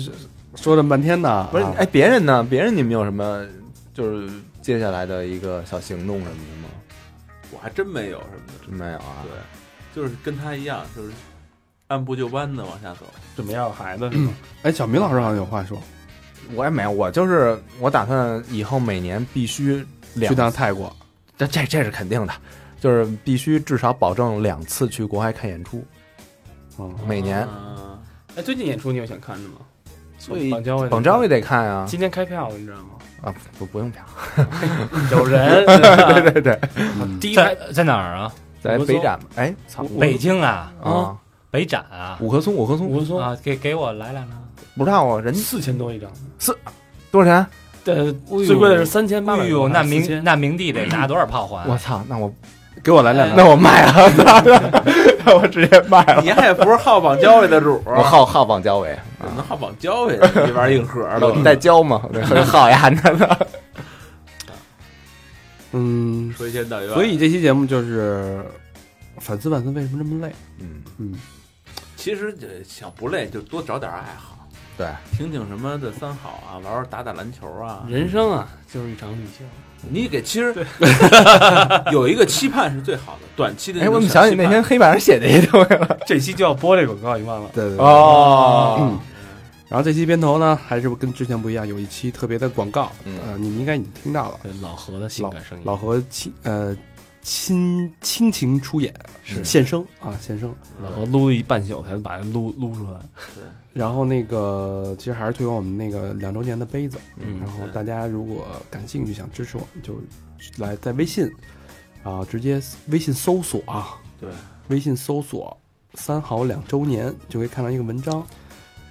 [SPEAKER 3] 说了半天呢，
[SPEAKER 5] 不是
[SPEAKER 3] 啊
[SPEAKER 5] 哎，别人呢？别人你们有什么就是接下来的一个小行动什么的吗？
[SPEAKER 7] 我还真没有什么的。
[SPEAKER 5] 真没有啊
[SPEAKER 7] 对，，就是跟他一样，就是按部就班的往下走。
[SPEAKER 4] 准备要孩子是吗？
[SPEAKER 3] 哎，小明老师好像有话说，
[SPEAKER 5] 我也没有，我就是我打算以后每年必须两
[SPEAKER 3] 去趟泰国，
[SPEAKER 5] 这这这是肯定的，就是必须至少保证两次去国外看演出，
[SPEAKER 3] 嗯，
[SPEAKER 5] 每年
[SPEAKER 7] 啊
[SPEAKER 4] 哎，最近演出你有想看的吗？
[SPEAKER 5] 所以
[SPEAKER 4] 绑交
[SPEAKER 5] 广州也得看啊
[SPEAKER 4] 今天开票了，你知道吗？
[SPEAKER 5] 啊不不用票，
[SPEAKER 4] 有 人
[SPEAKER 3] 啊
[SPEAKER 5] 对对对，
[SPEAKER 4] 第一
[SPEAKER 6] 在
[SPEAKER 4] 排
[SPEAKER 6] 在哪儿啊？
[SPEAKER 5] 在北展嘛哎操
[SPEAKER 6] 北京啊，
[SPEAKER 5] 啊
[SPEAKER 6] 北展啊，
[SPEAKER 5] 五棵松五棵松
[SPEAKER 4] 吴松
[SPEAKER 6] 啊，给给我来两张。
[SPEAKER 5] 不知道啊人
[SPEAKER 4] 四千多一张，
[SPEAKER 5] 多少
[SPEAKER 3] 哎
[SPEAKER 5] 钱？
[SPEAKER 4] 对，哎
[SPEAKER 6] 呦
[SPEAKER 4] 最贵的是三千八
[SPEAKER 6] 哎
[SPEAKER 4] 百
[SPEAKER 6] 呦，
[SPEAKER 4] 多，
[SPEAKER 6] 那
[SPEAKER 4] 明
[SPEAKER 6] 明那明帝得拿多少炮还？啊
[SPEAKER 5] 我操，那我哎
[SPEAKER 3] 给我来两张。
[SPEAKER 5] 那我卖了，那我直接卖 了。
[SPEAKER 7] 你也不是好绑交委的主
[SPEAKER 5] 我
[SPEAKER 7] 儿，
[SPEAKER 5] 好好绑交尾，
[SPEAKER 7] 怎么能好绑交委呢？一玩硬核
[SPEAKER 5] 耳
[SPEAKER 7] 的，
[SPEAKER 5] 朵带胶吗？ 好呀，那
[SPEAKER 3] 嗯，
[SPEAKER 7] 说一千道一万。
[SPEAKER 3] 所以这期节目就是反思反思为什么这么累，
[SPEAKER 5] 嗯，
[SPEAKER 3] 嗯，
[SPEAKER 7] 其实呃想不累就多找点爱好，
[SPEAKER 5] 对，
[SPEAKER 7] 听听什么的三好啊，玩玩打打篮球啊。
[SPEAKER 4] 人生啊，就是一场旅行。
[SPEAKER 7] 你给其实 有一个期盼是最好的，短期的那
[SPEAKER 5] 哎，
[SPEAKER 7] 种
[SPEAKER 5] 我
[SPEAKER 7] 小
[SPEAKER 5] 怎
[SPEAKER 7] 期
[SPEAKER 5] 么
[SPEAKER 7] 盼。
[SPEAKER 5] 想起那天黑板上写的一东西了？
[SPEAKER 4] 这期就要播这个广告，你忘了？
[SPEAKER 3] 对对对。
[SPEAKER 5] 哦，
[SPEAKER 3] 然后这期片头呢，还是跟之前不一样，有一期特别的广告，
[SPEAKER 5] 嗯
[SPEAKER 3] 呃，你们应该已经听到了，
[SPEAKER 6] 对老何的性感声音，
[SPEAKER 3] 老何亲呃亲亲情出演，现身啊现身。
[SPEAKER 4] 老何撸一半宿才把它撸撸出来。
[SPEAKER 3] 然后那个，其实还是推广我们那个两周年的杯子。
[SPEAKER 5] 嗯
[SPEAKER 3] 然后大家如果感兴趣，想支持我们，就来在微信，啊，直接微信搜索啊，
[SPEAKER 7] 对，
[SPEAKER 3] 微信搜索“三好两周年”，就可以看到一个文章，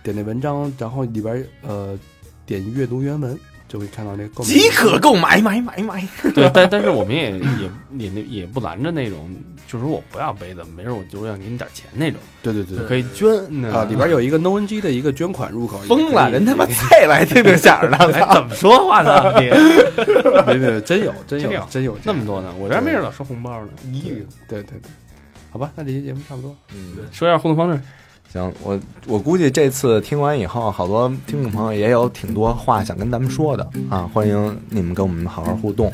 [SPEAKER 3] 点那文章，然后里边呃点阅读原文，就会看到那个购买。
[SPEAKER 5] 即可购买，买买买。
[SPEAKER 4] 对，但但是我们也也也那也不拦着那种，就是我不要杯子，没事我就是想给你点钱那种，
[SPEAKER 3] 对对对
[SPEAKER 4] 就
[SPEAKER 3] 对。
[SPEAKER 4] 可以捐呢。
[SPEAKER 3] 啊，里边有一个 NoNG 的一个捐款入口，
[SPEAKER 5] 疯了，人他妈
[SPEAKER 3] 没
[SPEAKER 5] 再来听听响儿
[SPEAKER 4] 哎，
[SPEAKER 5] 了。
[SPEAKER 4] 怎么说话呢？你
[SPEAKER 3] 没没真有真
[SPEAKER 4] 真
[SPEAKER 3] 有
[SPEAKER 4] 有
[SPEAKER 3] 真有
[SPEAKER 4] 那么多呢？我这儿没人老收红包呢。咦，
[SPEAKER 3] 对对对，好吧，那这期节目差不多。
[SPEAKER 5] 嗯，
[SPEAKER 4] 说一下互动方式，
[SPEAKER 5] 行，我我估计这次听完以后，好多听众朋友也有挺多话想跟咱们说的啊，欢迎你们跟我们好好互动，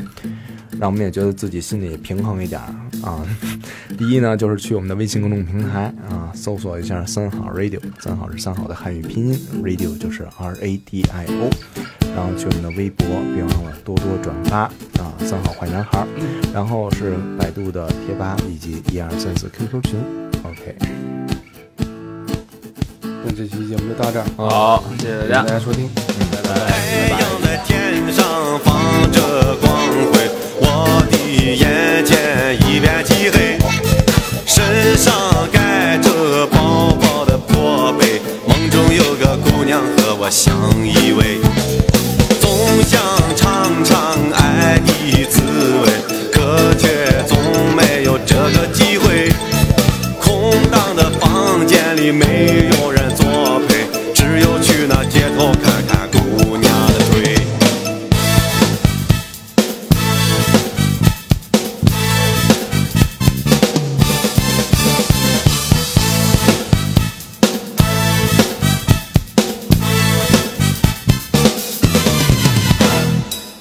[SPEAKER 5] 让我们也觉得自己心里平衡一点儿啊。第一呢，就是去我们的微信公众平台啊，搜索一下“三好 radio”，三好是三好的汉语拼音，radio 就是 R A D I O，然后去我们的微博，别忘了多多转发啊，三好坏男孩儿，然后是百度的贴吧以及一二三四 QQ 群，OK。
[SPEAKER 3] 那这期节目就到这儿，啊
[SPEAKER 7] 好，谢谢大
[SPEAKER 3] 谢谢
[SPEAKER 7] 家
[SPEAKER 3] 大，家收听。嗯
[SPEAKER 7] 拜拜。
[SPEAKER 8] 太阳在天上放着光辉，我的眼前一片漆黑，身上盖着薄薄的破被，梦中有个姑娘和我相依偎，总想尝尝爱的滋味，可却总没有这个机会。空荡的房间里没有人作陪，只有去那街头看看姑娘的腿。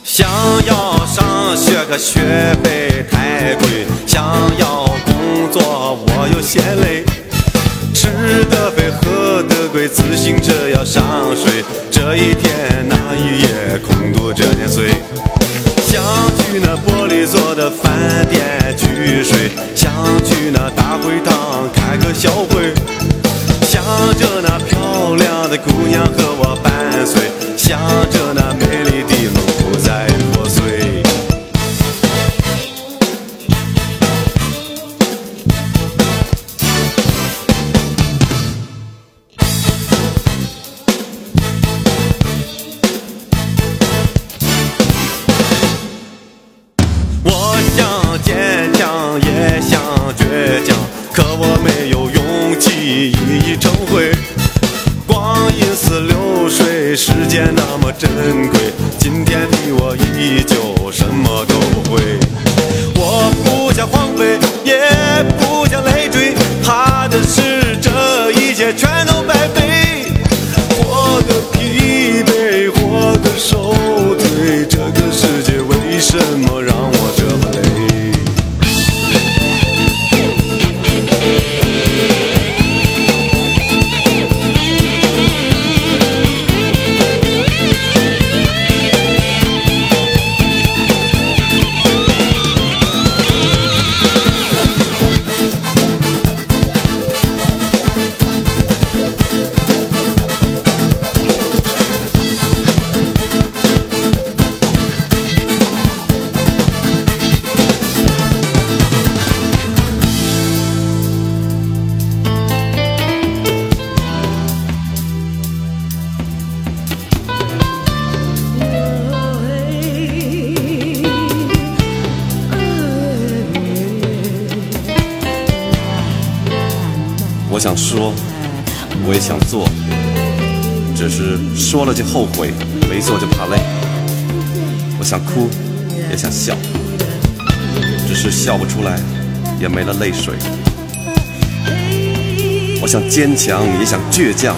[SPEAKER 8] 想要上学，可学费太贵；想要工作，我又嫌累。吃得肥，喝得贵，自行车要上税。这一天那一夜，空度这年岁。想去那玻璃做的饭店去睡，想去
[SPEAKER 5] 去那大会堂开个小会，想着那漂亮的姑娘和我伴随，想着那美丽的路在破碎。我想坚强，也想倔强，可我没有勇气一一成灰。光阴似流水，时间那么珍贵，今天的我依旧什么都不会。我不想荒废，也不想累赘，怕的是这一切全都白费。活得疲惫，活得受罪，这个世界为什么让我这么累？我想说，我也想做，只是说了就后悔，没做就怕累。我想哭，也想笑，只是笑不出来，也没了泪水。我想坚强，也想倔强，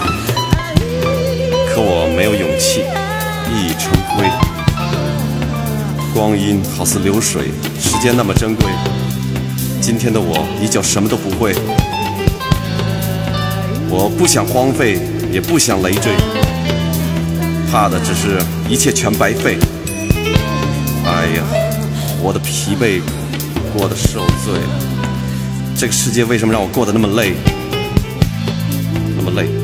[SPEAKER 5] 可我没有勇气一一成灰。光阴好似流水，时间那么珍贵，今天的我依旧什么都不会。我不想荒废，也不想累赘，怕的只是一切全白费。哎呀，活得疲惫，过得受罪，这个世界为什么让我过得那么累，那么累？